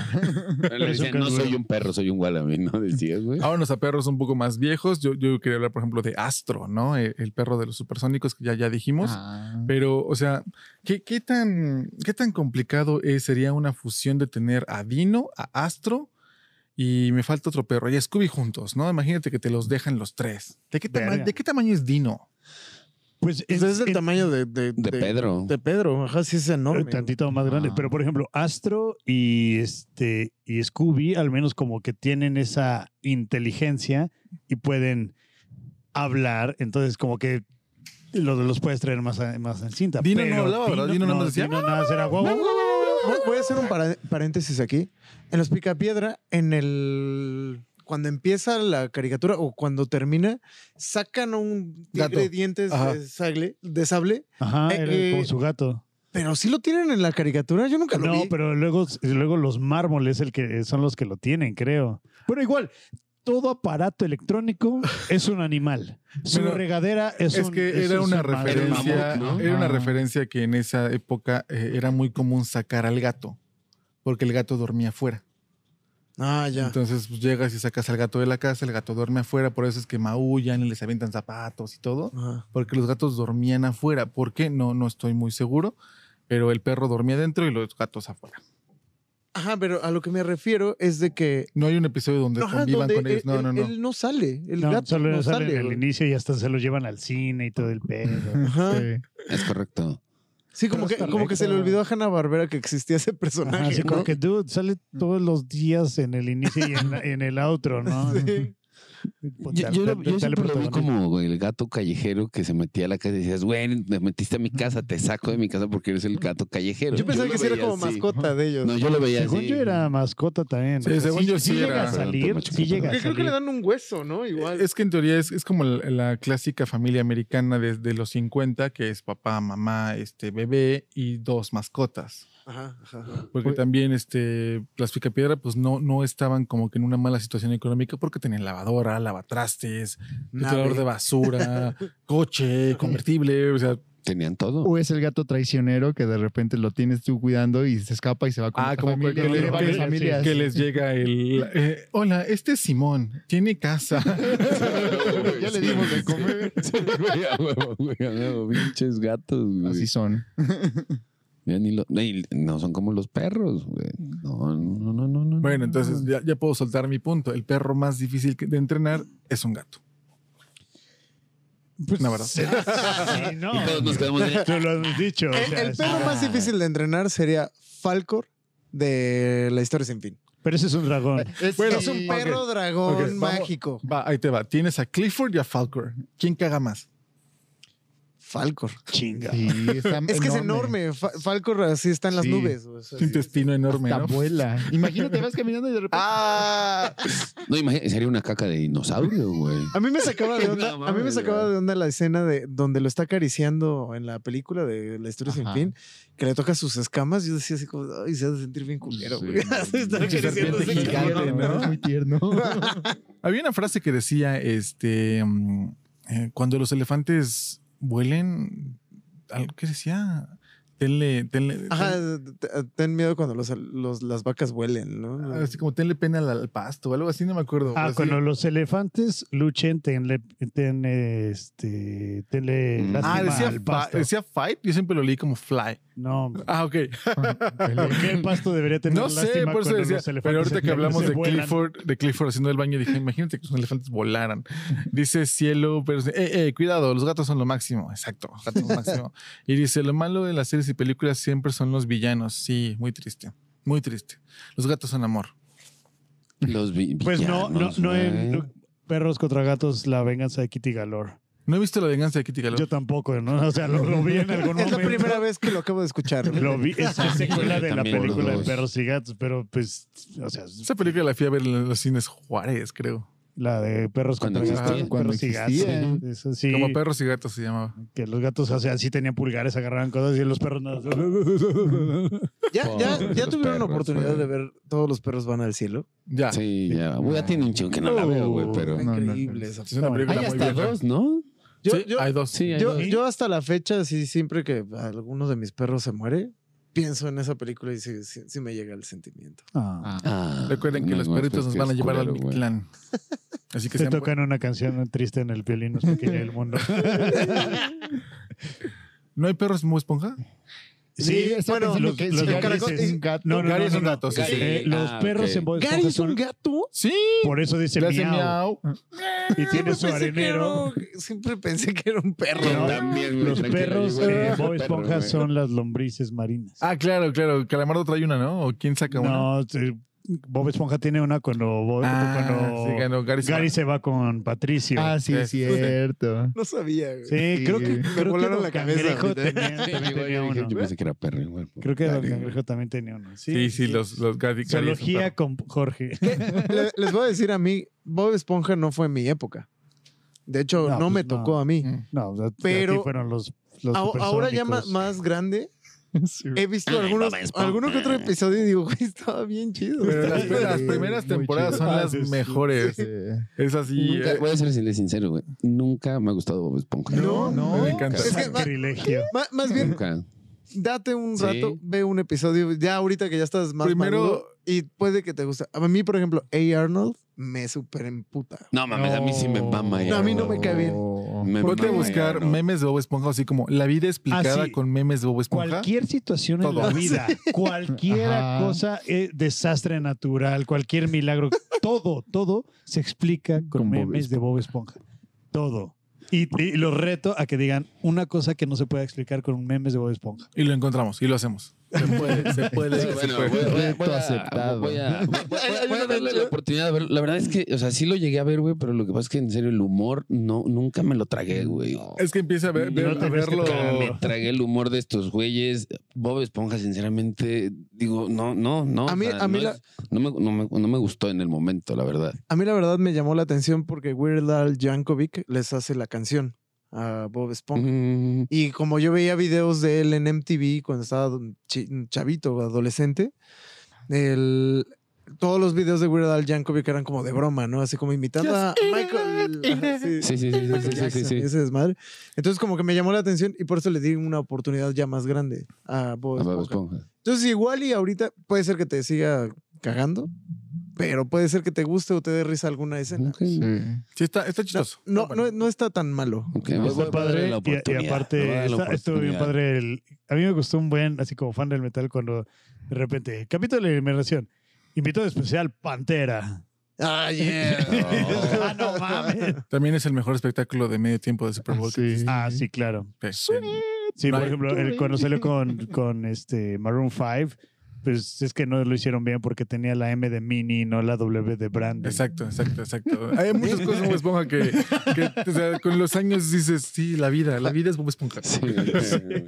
Speaker 3: Le
Speaker 2: Es un
Speaker 3: decían, no
Speaker 2: canguro.
Speaker 3: soy un perro, soy un wallaby, ¿no? Decías, güey.
Speaker 1: Vámonos a perros un poco más viejos. Yo, yo quería hablar, por ejemplo, de Astro, ¿no? E, El, el perro de los supersónicos que ya, ya dijimos.
Speaker 5: Ah.
Speaker 1: Pero, o sea, ¿qué, qué tan, qué tan complicado es- sería una fusión de tener a Dino, a Astro y me falta otro perro y a Scooby juntos, ¿no? Imagínate que te los dejan los tres. ¿De qué, tama-
Speaker 2: Verga.
Speaker 1: ¿de qué tamaño es Dino?
Speaker 2: pues
Speaker 4: Pues es
Speaker 2: en-
Speaker 4: el tamaño de, de,
Speaker 3: De Pedro.
Speaker 4: De Pedro, ajá, sí es enorme. güey.
Speaker 2: tantito más grande.
Speaker 3: Ah.
Speaker 2: Pero por ejemplo, Astro y este y Scooby, al menos como que tienen esa inteligencia y pueden hablar. Entonces, como que los, los puedes traer más, a- más en cinta.
Speaker 1: Dino no
Speaker 2: pero
Speaker 1: hablaba, ¿verdad? Dino nomás decía,
Speaker 2: Dino nada más era guau, guau, guau.
Speaker 4: Voy- Voy a hacer un para- paréntesis aquí. En los Picapiedra, en el. Cuando empieza la caricatura o cuando termina, sacan un tigre
Speaker 1: Gato.
Speaker 4: de dientes
Speaker 1: Ajá.
Speaker 4: de sable, de sable,
Speaker 2: Ajá,
Speaker 4: Eh,
Speaker 2: era
Speaker 4: eh,
Speaker 2: como su gato.
Speaker 4: pero sí lo tienen en la caricatura. Yo nunca lo
Speaker 2: No,
Speaker 4: vi.
Speaker 2: pero luego, luego los mármoles el que, son los que lo tienen, creo. Pero igual, todo aparato electrónico es un animal. Su
Speaker 1: Bueno,
Speaker 2: regadera es,
Speaker 1: Es,
Speaker 2: un-
Speaker 1: que
Speaker 2: es-
Speaker 1: era
Speaker 2: es
Speaker 1: una
Speaker 2: un mamut,
Speaker 1: referencia,
Speaker 3: Era un mamut, ¿no?
Speaker 1: era una
Speaker 2: Ah.
Speaker 1: referencia que en esa época eh, era muy común sacar al gato, porque el gato dormía afuera.
Speaker 4: Ah, ya.
Speaker 1: Entonces pues, llegas y sacas al gato de la casa, el gato duerme afuera, por eso es que maullan y les avientan zapatos y todo,
Speaker 4: Ajá.
Speaker 1: porque los gatos dormían afuera. ¿Por qué? No, no estoy muy seguro, pero el perro dormía dentro y los gatos afuera.
Speaker 4: Ajá, pero a lo que me refiero es de que.
Speaker 1: No hay un episodio donde
Speaker 4: Ajá,
Speaker 1: convivan
Speaker 4: donde
Speaker 1: con ellos.
Speaker 4: él,
Speaker 1: No, no, no.
Speaker 4: él no sale. El
Speaker 2: no,
Speaker 4: gato
Speaker 2: solo
Speaker 4: no
Speaker 2: sale,
Speaker 4: sale.
Speaker 2: en el
Speaker 4: güey.
Speaker 2: inicio y hasta se lo llevan al cine y todo el pedo.
Speaker 4: Ajá.
Speaker 5: Eh,
Speaker 4: Sí,
Speaker 3: Es correcto.
Speaker 4: como, que,
Speaker 2: Pero está
Speaker 4: como que se le
Speaker 2: rico.
Speaker 4: olvidó a Hanna Barbera que existía ese personaje.
Speaker 2: Ajá, así
Speaker 4: ¿no?
Speaker 2: como que, dude, sale
Speaker 4: Mm.
Speaker 2: todos los días en el inicio y en, la- en el outro, ¿no? pues,
Speaker 4: Sí.
Speaker 3: Yo,
Speaker 2: Puta,
Speaker 3: yo, lo-
Speaker 2: dale-
Speaker 3: yo
Speaker 2: dale
Speaker 3: siempre lo vi
Speaker 2: protagonismo.
Speaker 3: como güey, el gato callejero que se metía a la casa y decías, güey, te metiste a mi casa, te saco de mi casa porque eres el gato callejero.
Speaker 4: Yo pensaba
Speaker 3: lo
Speaker 4: que sí era
Speaker 3: veía
Speaker 4: como
Speaker 3: así.
Speaker 4: mascota de ellos.
Speaker 3: No, yo lo veía
Speaker 2: Según
Speaker 3: así.
Speaker 2: yo era mascota también.
Speaker 1: Sí, según yo sí
Speaker 2: llega
Speaker 1: era.
Speaker 2: a salir,
Speaker 3: Perdón,
Speaker 2: sí llega a
Speaker 4: Porque creo que
Speaker 2: salir.
Speaker 4: le dan un hueso, ¿no? Igual.
Speaker 1: Es que en teoría es, es como la, la clásica familia americana desde los 50, que es papá, mamá, este bebé y dos mascotas.
Speaker 4: Ajá, ajá, ajá.
Speaker 1: Porque también este, las picapiedra pues no, no estaban como que en una mala situación económica porque tenían lavadora, lavatrastes,
Speaker 4: Nave.
Speaker 1: triturador de basura, coche, convertible, o sea,
Speaker 3: Tenían todo.
Speaker 5: O es el gato traicionero que de repente lo tienes tú cuidando y se escapa y se va con
Speaker 1: Ah,
Speaker 5: otra
Speaker 1: como
Speaker 5: familia,
Speaker 1: que-
Speaker 5: ¿no?
Speaker 1: que-
Speaker 5: De varias familias.
Speaker 1: Que les llega el. eh, Hola, este es Simón. Tiene casa.
Speaker 5: Ya le dimos de comer.
Speaker 3: Sí, güey, a huevo, güey, a huevo, pinches gatos, güey.
Speaker 5: Así son.
Speaker 3: Ya ni lo- ni- no son como los perros, güey. No, no, no, no, no.
Speaker 1: Bueno, entonces ya, ya puedo soltar mi punto. El perro más difícil que- de entrenar es un gato.
Speaker 2: Pues,
Speaker 1: Pues, La verdad.
Speaker 2: Sí, no.
Speaker 3: Y todos nos quedamos de-
Speaker 2: Tú lo has dicho. o
Speaker 4: El,
Speaker 2: sea,
Speaker 4: el
Speaker 2: es-
Speaker 4: perro más difícil de entrenar sería Falcor de la historia sin fin.
Speaker 2: Pero ese es un
Speaker 4: Eh,
Speaker 2: dragón.
Speaker 5: Es,
Speaker 1: Bueno,
Speaker 4: es un
Speaker 5: y-
Speaker 4: perro dragón
Speaker 1: Ok, vamos-
Speaker 4: mágico.
Speaker 1: Va, ahí te va. Tienes a Clifford y a Falcor. ¿Quién caga más?
Speaker 4: Falcor.
Speaker 2: Chinga.
Speaker 5: Sí, está
Speaker 4: Es que es enorme. Fa- Falcor así está en las
Speaker 5: Sí.
Speaker 4: nubes. o sea,
Speaker 1: Es un intestino enorme.
Speaker 5: Hasta
Speaker 1: ¿no?
Speaker 5: vuela. Imagínate, vas caminando y de repente.
Speaker 4: Ah,
Speaker 3: No, imagínate, sería una caca de dinosaurio, güey.
Speaker 4: a mí me sacaba de
Speaker 3: No
Speaker 4: onda. a mí me
Speaker 3: mames,
Speaker 4: sacaba
Speaker 3: güey.
Speaker 4: de onda la escena de donde lo está acariciando en la película de la historia sin
Speaker 5: Ajá.
Speaker 4: fin, que le toca sus escamas. Yo decía así como, ay, se ha de sentir bien culero.
Speaker 3: Sí,
Speaker 4: güey". Se está acariciando
Speaker 5: serpiente
Speaker 4: ese
Speaker 5: gigante,
Speaker 4: cabrón,
Speaker 5: ¿no? Es muy tierno.
Speaker 1: Había una frase que decía: este, mm, eh, cuando los elefantes vuelen, algo que decía, tenle, tenle,
Speaker 4: Ajá, te- ten miedo cuando los, los- las vacas vuelen,
Speaker 1: tenle-
Speaker 4: ¿no?
Speaker 1: así como tenle pena al, al pasto, o algo así, no pues, me acuerdo.
Speaker 2: Ah,
Speaker 1: Así.
Speaker 2: cuando los elefantes luchen, tenle, tenle, este, tenle
Speaker 3: Mm.
Speaker 2: lástima
Speaker 1: Ah, decía,
Speaker 2: al
Speaker 1: fa-
Speaker 2: pasto.
Speaker 1: decía fight, yo siempre lo leí como fly.
Speaker 2: No,
Speaker 1: Ah, ok.
Speaker 2: ¿por qué el pasto debería tener
Speaker 1: No sé,
Speaker 2: lástima
Speaker 1: por eso
Speaker 2: cuando
Speaker 1: decía.
Speaker 2: los elefantes
Speaker 1: Pero ahorita que
Speaker 2: se-
Speaker 1: hablamos
Speaker 2: se
Speaker 1: de
Speaker 2: vuelan?
Speaker 1: Clifford, de Clifford haciendo el baño, dije, imagínate que los elefantes volaran. Dice cielo, pero dice, eh, eh, cuidado, los gatos son lo máximo. Exacto, los gatos son lo máximo. Y dice, lo malo de las series y películas siempre son los villanos. Sí, muy triste. Muy triste. Los gatos son amor.
Speaker 3: Los vi-
Speaker 2: Pues no, no,
Speaker 3: villanos,
Speaker 2: no, en-
Speaker 3: güey.
Speaker 2: no- Perros contra gatos, la venganza de Kitty Galore.
Speaker 1: No he visto la venganza de Kitty Galore.
Speaker 2: Yo tampoco, ¿no? O sea, lo, lo vi en algún
Speaker 4: Es
Speaker 2: momento.
Speaker 4: la primera vez que lo acabo de escuchar.
Speaker 2: Lo vi, es la secuela de la
Speaker 3: También por
Speaker 2: película de
Speaker 3: dos.
Speaker 2: perros y gatos, pero pues, o sea,
Speaker 1: Esa película la fui a ver en los cines Juárez, creo.
Speaker 2: la de perros
Speaker 3: Cuando
Speaker 2: contra gatos,
Speaker 3: existía.
Speaker 5: Cuando
Speaker 2: perros y gatos.
Speaker 5: existía.
Speaker 2: Eso sí,
Speaker 1: Como perros y gatos se llamaba.
Speaker 2: que los gatos, o sea, sí tenían pulgares, agarraban cosas y los perros no.
Speaker 4: ¿Ya, ya,
Speaker 3: Pobre,
Speaker 4: ya
Speaker 3: los
Speaker 4: tuvieron la
Speaker 3: perros,
Speaker 4: oportunidad
Speaker 3: güey.
Speaker 4: de ver Todos los perros van al cielo?
Speaker 2: Ah.
Speaker 1: Ya.
Speaker 3: Sí, ya. Güey, ya tiene un chingo que no la veo, güey, pero.
Speaker 5: No, no, no.
Speaker 4: Increíble esa
Speaker 1: Es una película
Speaker 3: Hay
Speaker 1: muy
Speaker 3: hasta
Speaker 1: vieja.
Speaker 3: dos, ¿no?
Speaker 4: Yo,
Speaker 1: Sí,
Speaker 4: yo,
Speaker 1: hay dos.
Speaker 3: Sí, hay
Speaker 4: yo,
Speaker 3: dos.
Speaker 4: yo hasta la fecha, sí, siempre que alguno de mis perros se muere, pienso en esa película y sí, sí- sí me llega el sentimiento.
Speaker 2: Ah,
Speaker 3: Ah,
Speaker 1: Recuerden que
Speaker 3: no,
Speaker 1: los
Speaker 3: no,
Speaker 1: perritos nos
Speaker 3: pues,
Speaker 1: van a
Speaker 3: es
Speaker 1: llevar al
Speaker 3: culero, güey.
Speaker 1: Mictlán. Así que
Speaker 2: te
Speaker 1: sean
Speaker 2: tocan una canción triste en el violín más pequeña del mundo.
Speaker 1: ¿No hay perros muy esponja?
Speaker 2: Sí,
Speaker 5: estaba
Speaker 2: bueno,
Speaker 5: pensando
Speaker 2: los-
Speaker 5: que
Speaker 2: los
Speaker 5: si Gary
Speaker 2: caracol-
Speaker 5: es un gato.
Speaker 2: No, no,
Speaker 1: Gary
Speaker 2: no,
Speaker 1: es
Speaker 2: no,
Speaker 1: un
Speaker 2: no.
Speaker 1: gato, sí,
Speaker 3: Gary.
Speaker 1: sí.
Speaker 2: Eh,
Speaker 3: Ah,
Speaker 2: los perros
Speaker 3: ok.
Speaker 2: en Bob
Speaker 4: ¿Gary
Speaker 2: Esponja
Speaker 4: es un
Speaker 2: son-
Speaker 4: gato?
Speaker 1: Sí.
Speaker 2: Por eso dice
Speaker 1: Le hace
Speaker 2: miau.
Speaker 1: miau.
Speaker 2: Y tiene su
Speaker 4: Siempre pensé que era
Speaker 2: arenero.
Speaker 4: un- Siempre pensé que era un perro.
Speaker 2: No,
Speaker 3: También, güey,
Speaker 2: Los
Speaker 3: tranquilo,
Speaker 2: perros
Speaker 3: güey.
Speaker 2: de Bob Esponja
Speaker 3: Perro, güey.
Speaker 2: son las lombrices marinas.
Speaker 1: Ah, claro, claro. Calamardo trae una, ¿no? ¿O quién saca una?
Speaker 2: No, sí, Bob Esponja tiene una cuando, Bob-
Speaker 1: Ah,
Speaker 2: cuando
Speaker 1: sí, ganó Gary.
Speaker 2: Gary se va con Patricio.
Speaker 5: Ah, sí, es
Speaker 1: Sí.
Speaker 5: cierto.
Speaker 4: No sabía. güey.
Speaker 2: sí,
Speaker 5: sí.
Speaker 2: creo que,
Speaker 5: Me
Speaker 2: creo que
Speaker 4: volaron
Speaker 2: Don
Speaker 4: la cabeza
Speaker 2: Cangrejo
Speaker 4: ahorita.
Speaker 2: tenía-
Speaker 3: Sí,
Speaker 2: también
Speaker 3: güey,
Speaker 2: tenía
Speaker 3: yo dije, Yo
Speaker 2: uno.
Speaker 3: pensé que era perro, igual.
Speaker 2: Creo que Don
Speaker 3: Gary, güey.
Speaker 2: Cangrejo también tenía uno. Sí,
Speaker 1: Sí, sí, los, los Gary. Gary es un
Speaker 2: Zoología
Speaker 1: perro.
Speaker 2: con Jorge.
Speaker 4: Le- Les voy a decir a mí, Bob Esponja no fue mi época. De hecho,
Speaker 2: No,
Speaker 4: no,
Speaker 2: pues
Speaker 4: me
Speaker 2: no.
Speaker 4: tocó a mí.
Speaker 1: Mm.
Speaker 2: No, o sea,
Speaker 4: Pero-
Speaker 2: aquí fueron los, los
Speaker 4: A- ahora ya ma-
Speaker 2: supersónicos.
Speaker 4: más, grande,
Speaker 5: Sí.
Speaker 4: he visto
Speaker 3: Ay,
Speaker 4: algunos,
Speaker 3: Bob Esponja.
Speaker 4: alguno que otro episodio y digo, güey, estaba bien chido.
Speaker 1: Pero las,
Speaker 5: Sí,
Speaker 1: las
Speaker 5: sí,
Speaker 1: primeras
Speaker 5: muy
Speaker 1: temporadas
Speaker 5: chido.
Speaker 1: son
Speaker 5: Ah,
Speaker 1: las
Speaker 5: sí, sí,
Speaker 1: mejores.
Speaker 5: sí.
Speaker 1: Es así.
Speaker 3: Nunca-
Speaker 1: eh,
Speaker 3: voy a ser sincero, güey. Nunca me ha gustado Bob Esponja.
Speaker 1: No,
Speaker 5: no.
Speaker 1: Me encanta.
Speaker 4: Es que-
Speaker 2: Sacrilegio.
Speaker 4: Ma- más bien,
Speaker 3: Nunca.
Speaker 4: date un
Speaker 3: Sí.
Speaker 4: rato, ve un episodio, ya ahorita que ya estás más
Speaker 1: Primero-
Speaker 4: maduro y puede que te guste. A mí, por ejemplo, A. Arnold me super emputa.
Speaker 3: No mames, a mí sí me mama.
Speaker 4: No, a mí no me cae bien.
Speaker 3: Me
Speaker 1: Ponte a
Speaker 3: mama,
Speaker 1: buscar
Speaker 3: no.
Speaker 1: memes de Bob Esponja, así como la vida explicada
Speaker 2: Ah, sí.
Speaker 1: con memes de Bob Esponja.
Speaker 2: Cualquier situación en
Speaker 1: Todo.
Speaker 2: la vida, cualquier
Speaker 5: Ajá.
Speaker 2: cosa, eh, desastre natural, cualquier milagro, todo, todo se explica con,
Speaker 5: Con Bob
Speaker 2: memes de Bob Esponja. Todo. Y, y los reto a que digan una cosa que no se pueda explicar con memes de Bob Esponja.
Speaker 1: Y lo encontramos y lo hacemos. Se puede, se puede.
Speaker 3: Sí,
Speaker 1: se
Speaker 3: Ah, bueno,
Speaker 1: puede.
Speaker 3: voy, voy- voy
Speaker 5: Reto
Speaker 3: a-
Speaker 5: aceptado.
Speaker 3: voy a, voy- voy- voy a darle la oportunidad de verlo. La verdad es que, o sea, sí lo llegué a ver, güey, pero lo que pasa es que en serio el humor no, nunca me lo tragué, güey.
Speaker 1: Es que empieza a, ver-
Speaker 2: No
Speaker 1: ver-
Speaker 2: te
Speaker 1: a
Speaker 2: ves que
Speaker 1: verlo.
Speaker 2: te-
Speaker 3: Me tragué el humor de estos güeyes. Bob Esponja, sinceramente, digo, no, no, no.
Speaker 4: A mí-
Speaker 3: o sea,
Speaker 4: a mí
Speaker 3: no,
Speaker 4: la-
Speaker 3: es- no me, no me- no me gustó en el momento, la verdad.
Speaker 4: A mí la verdad me llamó la atención porque Weird Al Yankovic les hace la canción a Bob Esponja.
Speaker 3: Mm,
Speaker 4: Y como yo veía videos de él en MTV cuando estaba un chi- un chavito, adolescente, el, todos los videos de Weird Al Yankovic eran como de broma, ¿no? Así como imitando a Michael. Ajá,
Speaker 3: Sí, sí, sí, sí, sí,
Speaker 4: Michael
Speaker 3: sí, sí,
Speaker 4: Jackson
Speaker 3: sí.
Speaker 4: y ese desmadre. Entonces, como que me llamó la atención y por eso le di una oportunidad ya más grande a Bob
Speaker 3: Ah, Bob
Speaker 4: Esponja.
Speaker 3: Esponja.
Speaker 4: Entonces, igual y ahorita puede ser que te siga cagando, pero puede ser que te guste o te dé risa alguna escena.
Speaker 3: Ok.
Speaker 1: Sí, está, está chistoso.
Speaker 4: No, no, no está tan malo.
Speaker 3: Ok,
Speaker 5: No,
Speaker 3: voy-
Speaker 5: está
Speaker 3: voy a
Speaker 5: padre,
Speaker 3: darle la
Speaker 2: Y- Y,
Speaker 3: oportunidad, le voy a
Speaker 2: aparte,
Speaker 3: dar la
Speaker 2: está- estuvo bien
Speaker 3: oportunidad.
Speaker 2: padre. el- a mí me gustó un buen, así como fan del metal, cuando de repente, capítulo de eliminación, invitado especial Pantera.
Speaker 4: Ah, yeah.
Speaker 2: ah, no mames.
Speaker 1: También es el mejor espectáculo de medio tiempo de Super Bowl. que
Speaker 5: Sí.
Speaker 2: Ah, sí, claro.
Speaker 1: existe.
Speaker 2: Sí, por
Speaker 1: Right.
Speaker 2: ejemplo, el, cuando salió con, con este Maroon 5, pues es que no lo hicieron bien porque tenía la M de Mini, no la W de Brandon.
Speaker 1: Exacto, exacto, exacto. Hay muchas cosas en Bob Esponja que, que, o sea, con los años dices, sí, la vida, la vida es Bob Esponja.
Speaker 3: Sí, güey, güey.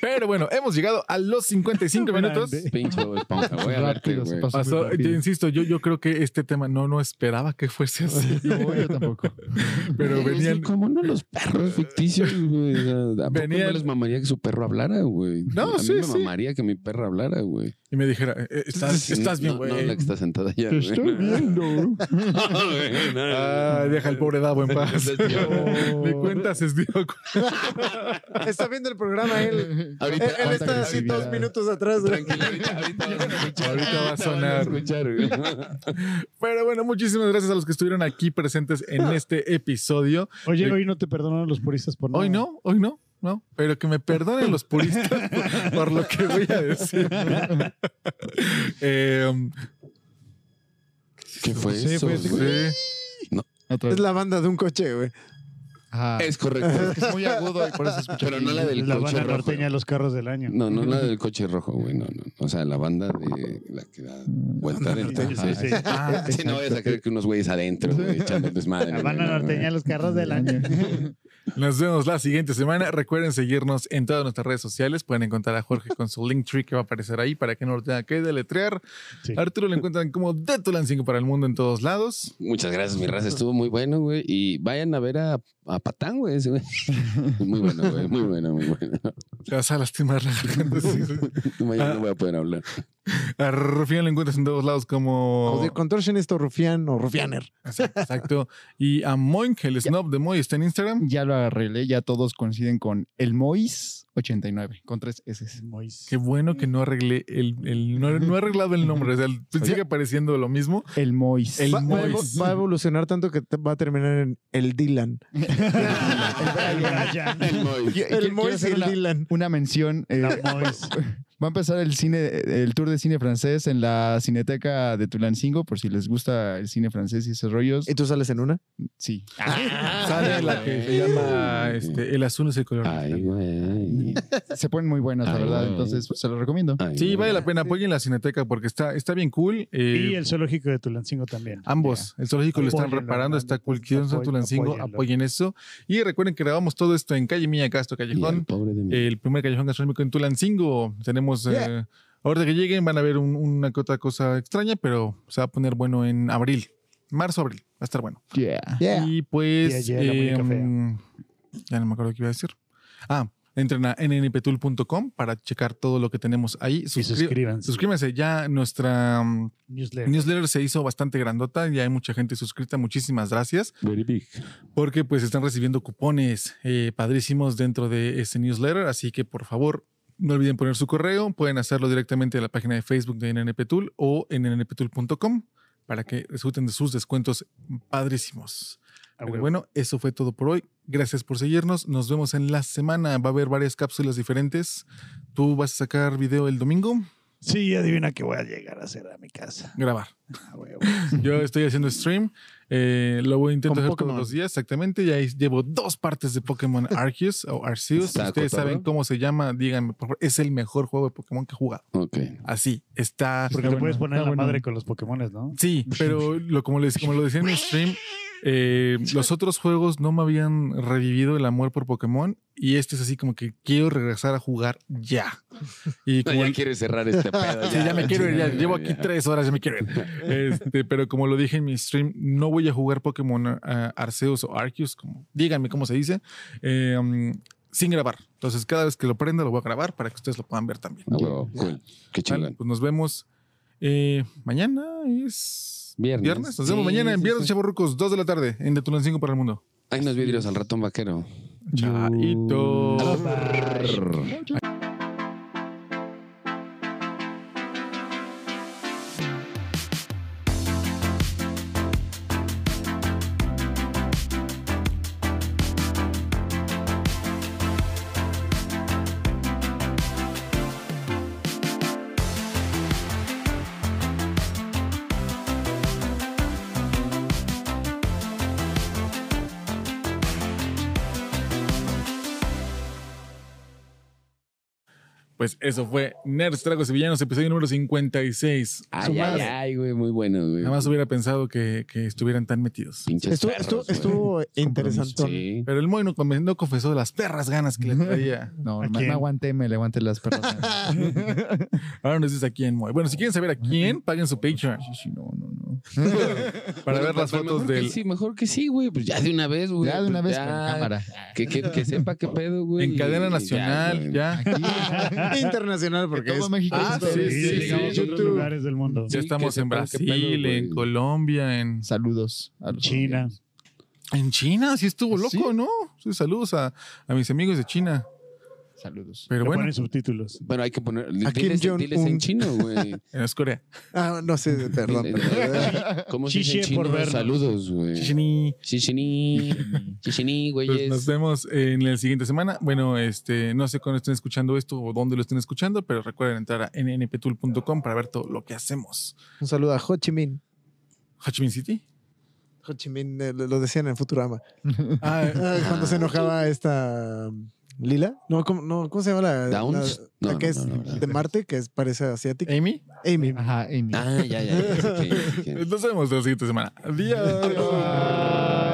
Speaker 1: Pero bueno, hemos llegado a los 55 minutos.
Speaker 2: Grande.
Speaker 3: Pinche Bob Esponja, voy a verte,
Speaker 5: Pues Rápido, se
Speaker 3: güey.
Speaker 5: pasó muy
Speaker 1: Pasó, yo
Speaker 5: rápido.
Speaker 1: insisto, yo, yo creo que este tema no, no esperaba que fuese así,
Speaker 5: No, yo tampoco.
Speaker 1: pero
Speaker 3: Güey,
Speaker 1: venían.
Speaker 3: ¿Cómo no los perros ficticios, güey? O sea, ¿A poco
Speaker 1: Venían-
Speaker 3: no les mamaría que su perro hablara, güey?
Speaker 1: No,
Speaker 3: A mí
Speaker 1: sí,
Speaker 3: me
Speaker 1: sí.
Speaker 3: mamaría que mi perra hablara, güey.
Speaker 1: Y me dijera, eh, eh, estás, estás bien,
Speaker 3: No,
Speaker 1: güey.
Speaker 3: No, la que está sentada allá.
Speaker 5: Te
Speaker 3: güey.
Speaker 5: estoy viendo.
Speaker 3: Güey, no,
Speaker 1: Ay, Ah, deja al pobre Davo en paz.
Speaker 3: Oh.
Speaker 1: Le cuentas, es Diego.
Speaker 4: está viendo el programa él. Él,
Speaker 3: Ahorita,
Speaker 4: él
Speaker 5: cuánta
Speaker 4: está así
Speaker 5: agresividad.
Speaker 4: dos minutos atrás. ¿no?
Speaker 3: Tranquilo, ahorita, ahorita vas a escuchar.
Speaker 1: Ahorita va a
Speaker 3: van
Speaker 1: sonar.
Speaker 3: escuchar, güey.
Speaker 1: Pero bueno, muchísimas gracias a los que estuvieron aquí presentes en este episodio.
Speaker 2: Oye, hoy no te perdonaron los puristas por nada.
Speaker 1: Hoy no, hoy no, no. Pero que me perdonen los puristas por, por lo que voy a decir. Eh,
Speaker 3: ¿Qué fue
Speaker 2: Sí,
Speaker 3: eso,
Speaker 2: pues,
Speaker 3: güey?
Speaker 1: sí.
Speaker 5: Otra
Speaker 4: Es
Speaker 5: vez.
Speaker 4: la banda de un coche, güey.
Speaker 5: Ajá.
Speaker 3: Es correcto.
Speaker 5: Es muy agudo y por eso escucho.
Speaker 3: Pero no la del
Speaker 2: La
Speaker 3: coche
Speaker 2: banda
Speaker 3: rojo.
Speaker 2: norteña de los carros del año.
Speaker 3: No, no la del coche rojo, güey. No, no. O sea, la banda de la que da vuelta
Speaker 2: Sí,
Speaker 3: adentro.
Speaker 2: sí, sí.
Speaker 3: Ah, sí, no vayas a creer que unos güeyes adentro, güey, echando
Speaker 2: La
Speaker 3: desmadre. güey,
Speaker 2: banda
Speaker 3: no, no.
Speaker 2: norteña de los carros del año.
Speaker 1: Nos vemos la siguiente semana. Recuerden seguirnos en todas nuestras redes sociales. Pueden encontrar a Jorge con su link tree que va a aparecer ahí para que no lo tenga que deletrear.
Speaker 2: Sí.
Speaker 1: A Arturo le encuentran como Detolan 5 para el mundo en todos lados.
Speaker 3: Muchas gracias, mi raza. Estuvo muy bueno, güey. Y vayan a ver a, a Patán, güey. ese güey. Muy bueno, güey. Muy bueno, muy bueno.
Speaker 1: Te vas a lastimar la garganta, sí, sí.
Speaker 3: Mañana no voy a poder hablar.
Speaker 1: A Rufián lo encuentras en todos lados como...
Speaker 3: Oh.
Speaker 4: O de contorsionista o rufián o rufianer.
Speaker 1: Exacto, exacto. Y a Moink, el snob de Moy, está en Instagram.
Speaker 5: Ya lo arreglé, ya todos coinciden con el Mois 89, con tres S.
Speaker 2: Mois.
Speaker 1: Qué bueno que no arreglé el... el- no, no he arreglado el nombre. O sea, el- pues, sigue apareciendo lo mismo.
Speaker 5: El Mois.
Speaker 1: El
Speaker 4: Va, va a evo-
Speaker 1: Mois.
Speaker 4: va a evolucionar tanto que te- va a terminar en el Dylan.
Speaker 2: El Brian.
Speaker 3: El Moy.
Speaker 5: Qui- qui-
Speaker 4: El
Speaker 5: quiero
Speaker 4: Mois y
Speaker 5: hacer
Speaker 4: el
Speaker 5: una-
Speaker 4: Dylan.
Speaker 5: Una mención. eh,
Speaker 2: La Mois.
Speaker 5: Va a empezar el cine, el tour de cine francés en la Cineteca de Tulancingo, por si les gusta el cine francés y esos rollos.
Speaker 4: ¿Y tú sales en una?
Speaker 5: Sí.
Speaker 1: Sale la que se llama este, El azul es el color.
Speaker 3: Ay, güey.
Speaker 5: Se ponen muy buenas, la
Speaker 3: Ay,
Speaker 5: verdad.
Speaker 3: güey.
Speaker 5: Entonces, pues, se los recomiendo.
Speaker 3: Ay,
Speaker 1: Sí,
Speaker 3: güey.
Speaker 1: vale la pena. Apoyen la Cineteca porque está, está bien cool. Eh,
Speaker 2: Y el zoológico de Tulancingo también.
Speaker 1: Ambos. El zoológico lo están
Speaker 2: Apóyenlo,
Speaker 1: reparando,
Speaker 2: hermano,
Speaker 1: está cool.
Speaker 2: entonces,
Speaker 1: Quiero
Speaker 2: apoy-
Speaker 1: Tulancingo,
Speaker 2: apóyenlo.
Speaker 1: apoyen eso. Y recuerden que grabamos todo esto en Calle Mía Castro
Speaker 3: Y al
Speaker 1: Callejón,
Speaker 3: pobre de mí.
Speaker 1: el primer callejón gastronómico en Tulancingo. Tenemos.
Speaker 4: Yeah.
Speaker 1: eh, ahorita que lleguen van a ver un- una que otra cosa extraña, pero se va a poner bueno en abril. Marzo, abril. Va a estar bueno.
Speaker 5: Yeah.
Speaker 4: Yeah.
Speaker 1: Y pues.
Speaker 2: Yeah, yeah, la muñeca fea.
Speaker 1: em, ya no me acuerdo qué iba a decir. Ah. Entren a nnptool.com para checar todo lo que tenemos ahí.
Speaker 2: Y
Speaker 1: Suscri-
Speaker 2: suscríbanse.
Speaker 1: suscríbanse. Ya nuestra mm,
Speaker 2: Newsletter.
Speaker 1: el newsletter se hizo bastante grandota, ya hay mucha gente suscrita, muchísimas gracias,
Speaker 3: Very big.
Speaker 1: porque pues están recibiendo cupones eh, padrísimos dentro de ese newsletter, así que por favor no olviden poner su correo, pueden hacerlo directamente en la página de Facebook de NNPTool o en nnptool.com para que disfruten de sus descuentos padrísimos.
Speaker 2: Ah,
Speaker 1: Pero
Speaker 2: huevo.
Speaker 1: bueno, eso fue todo por hoy. Gracias por seguirnos. Nos vemos en la semana. Va a haber varias cápsulas diferentes. ¿Tú vas a sacar video el domingo?
Speaker 2: Sí, adivina que voy a llegar a hacer a mi casa.
Speaker 1: Grabar.
Speaker 2: Ah, huevo.
Speaker 1: Yo estoy haciendo stream. eh, lo voy a intentar
Speaker 4: Con
Speaker 1: hacer
Speaker 4: Pokémon.
Speaker 1: todos los días, exactamente. Ya llevo dos partes de Pokémon Arceus o Arceus. Si
Speaker 3: Está
Speaker 1: ustedes
Speaker 3: cotorro.
Speaker 1: saben cómo se llama, díganme, por favor. Es el mejor juego de Pokémon que he jugado.
Speaker 3: Ok.
Speaker 1: Así, está.
Speaker 2: Porque
Speaker 5: Está
Speaker 2: te puedes
Speaker 5: bueno,
Speaker 2: poner
Speaker 5: está
Speaker 2: la
Speaker 5: bueno.
Speaker 2: madre con los Pokémones, ¿no?
Speaker 1: Sí, pero lo, como, les, como lo decía en mi stream, eh, los otros juegos no me habían revivido el amor por Pokémon. Y este es así como que quiero regresar a jugar ya. Y
Speaker 3: No,
Speaker 1: como
Speaker 3: ya quiere cerrar este pedo.
Speaker 1: Sí, ya me quiero ir, ya llevo aquí tres horas, ya me quiero ir. Este, pero como lo dije en mi stream, no voy a jugar Pokémon eh, Arceus o Arceus, como, díganme cómo se dice, eh, um, sin grabar. Entonces, cada vez que lo prenda, lo voy a grabar para que ustedes lo puedan ver también.
Speaker 3: Ah, huevo, cool. Qué
Speaker 1: Vale,
Speaker 3: chingón.
Speaker 1: pues nos vemos Eh, mañana es.
Speaker 3: Viernes.
Speaker 1: Nos vemos
Speaker 3: Sí,
Speaker 1: mañana en
Speaker 3: sí,
Speaker 1: Viernes,
Speaker 3: sí.
Speaker 1: Chavorrucos, 2 de la tarde, en Detonal 5 para el mundo.
Speaker 3: Hay unos vidrios al ratón vaquero.
Speaker 1: Chaito.
Speaker 2: Bye.
Speaker 1: Pues eso fue Nerds, Tragos y Villanos, episodio número 56.
Speaker 3: Ay, ay, ay, güey, muy bueno, güey.
Speaker 1: Jamás hubiera pensado que, que estuvieran tan metidos.
Speaker 3: Pinches
Speaker 4: Estuvo,
Speaker 3: perros,
Speaker 4: estuvo,
Speaker 3: güey.
Speaker 4: estuvo interesante.
Speaker 3: Sí.
Speaker 1: Pero el Moy no, come- no confesó las perras ganas que le traía.
Speaker 5: No,
Speaker 2: ¿A
Speaker 5: me,
Speaker 2: quién?
Speaker 5: me aguanté, me levanté las perras.
Speaker 1: Ahora nos dice a quién, Moy. Bueno, si quieren saber a quién, paguen su Patreon
Speaker 5: Sí, sí, no, no, no.
Speaker 1: para
Speaker 3: Bueno,
Speaker 1: ver las
Speaker 3: pero
Speaker 1: fotos
Speaker 3: Pues mejor que
Speaker 1: del.
Speaker 3: Sí, mejor que sí, güey. Pues ya de una vez, güey.
Speaker 5: Ya de una
Speaker 3: Pues
Speaker 5: vez con
Speaker 3: ya,
Speaker 5: cámara.
Speaker 3: Que, que, que sepa qué pedo, güey.
Speaker 1: En cadena
Speaker 3: y- y
Speaker 1: nacional,
Speaker 3: güey.
Speaker 1: ya.
Speaker 5: Aquí,
Speaker 4: Internacional, porque
Speaker 5: todo
Speaker 4: es-
Speaker 5: México
Speaker 1: ah,
Speaker 5: es todo.
Speaker 1: sí,
Speaker 2: Sí,
Speaker 1: sí,
Speaker 2: llegamos a
Speaker 1: sí,
Speaker 2: otros
Speaker 1: YouTube.
Speaker 2: lugares del mundo.
Speaker 1: Ya
Speaker 3: Sí, que
Speaker 1: estamos en
Speaker 3: sepan qué pedo,
Speaker 1: Brasil, en
Speaker 3: güey.
Speaker 1: Colombia, en,
Speaker 5: Saludos a los
Speaker 2: China.
Speaker 1: en China. Sí estuvo loco,
Speaker 5: ¿Sí?
Speaker 1: ¿no? Sí, saludos a, a mis amigos de China.
Speaker 5: Saludos.
Speaker 1: Pero
Speaker 2: Le
Speaker 1: bueno,
Speaker 2: ponen subtítulos.
Speaker 3: Pero hay que poner.
Speaker 4: A Kim
Speaker 3: Diles,
Speaker 4: Jong-un.
Speaker 3: diles en chino, güey.
Speaker 1: en es Corea.
Speaker 4: Ah, no sé, perdón.
Speaker 3: ¿Cómo se dice en
Speaker 2: Chiche por
Speaker 3: chino?
Speaker 2: vernos.
Speaker 3: Saludos, güey.
Speaker 1: Chichini.
Speaker 3: Chichini. Chichini,
Speaker 1: Pues nos
Speaker 3: güeyes.
Speaker 1: vemos en la siguiente semana. Bueno, este, no sé cuándo estén escuchando esto o dónde lo estén escuchando, pero recuerden entrar a nnptool.com para ver todo lo que hacemos.
Speaker 4: Un saludo a Ho Chi Minh.
Speaker 1: Ho Chi Minh City.
Speaker 4: Ho Chi Minh, eh, lo lo decían en Futurama.
Speaker 1: Ah,
Speaker 4: Ah, Cuando se enojaba esta um, Lila. No, ¿cómo, no, ¿cómo se llama la, la-
Speaker 3: Downs?
Speaker 4: la
Speaker 3: No,
Speaker 4: que
Speaker 3: no,
Speaker 4: es
Speaker 3: no, no, ¿verdad?
Speaker 4: de Marte, que es, parece asiática?
Speaker 1: Amy.
Speaker 5: Eh,
Speaker 4: Amy.
Speaker 5: Ajá, Amy.
Speaker 3: Ah, ya, ya. ya, ya sé quién, ya sé quién.
Speaker 1: Nos vemos la siguiente semana. Adiós.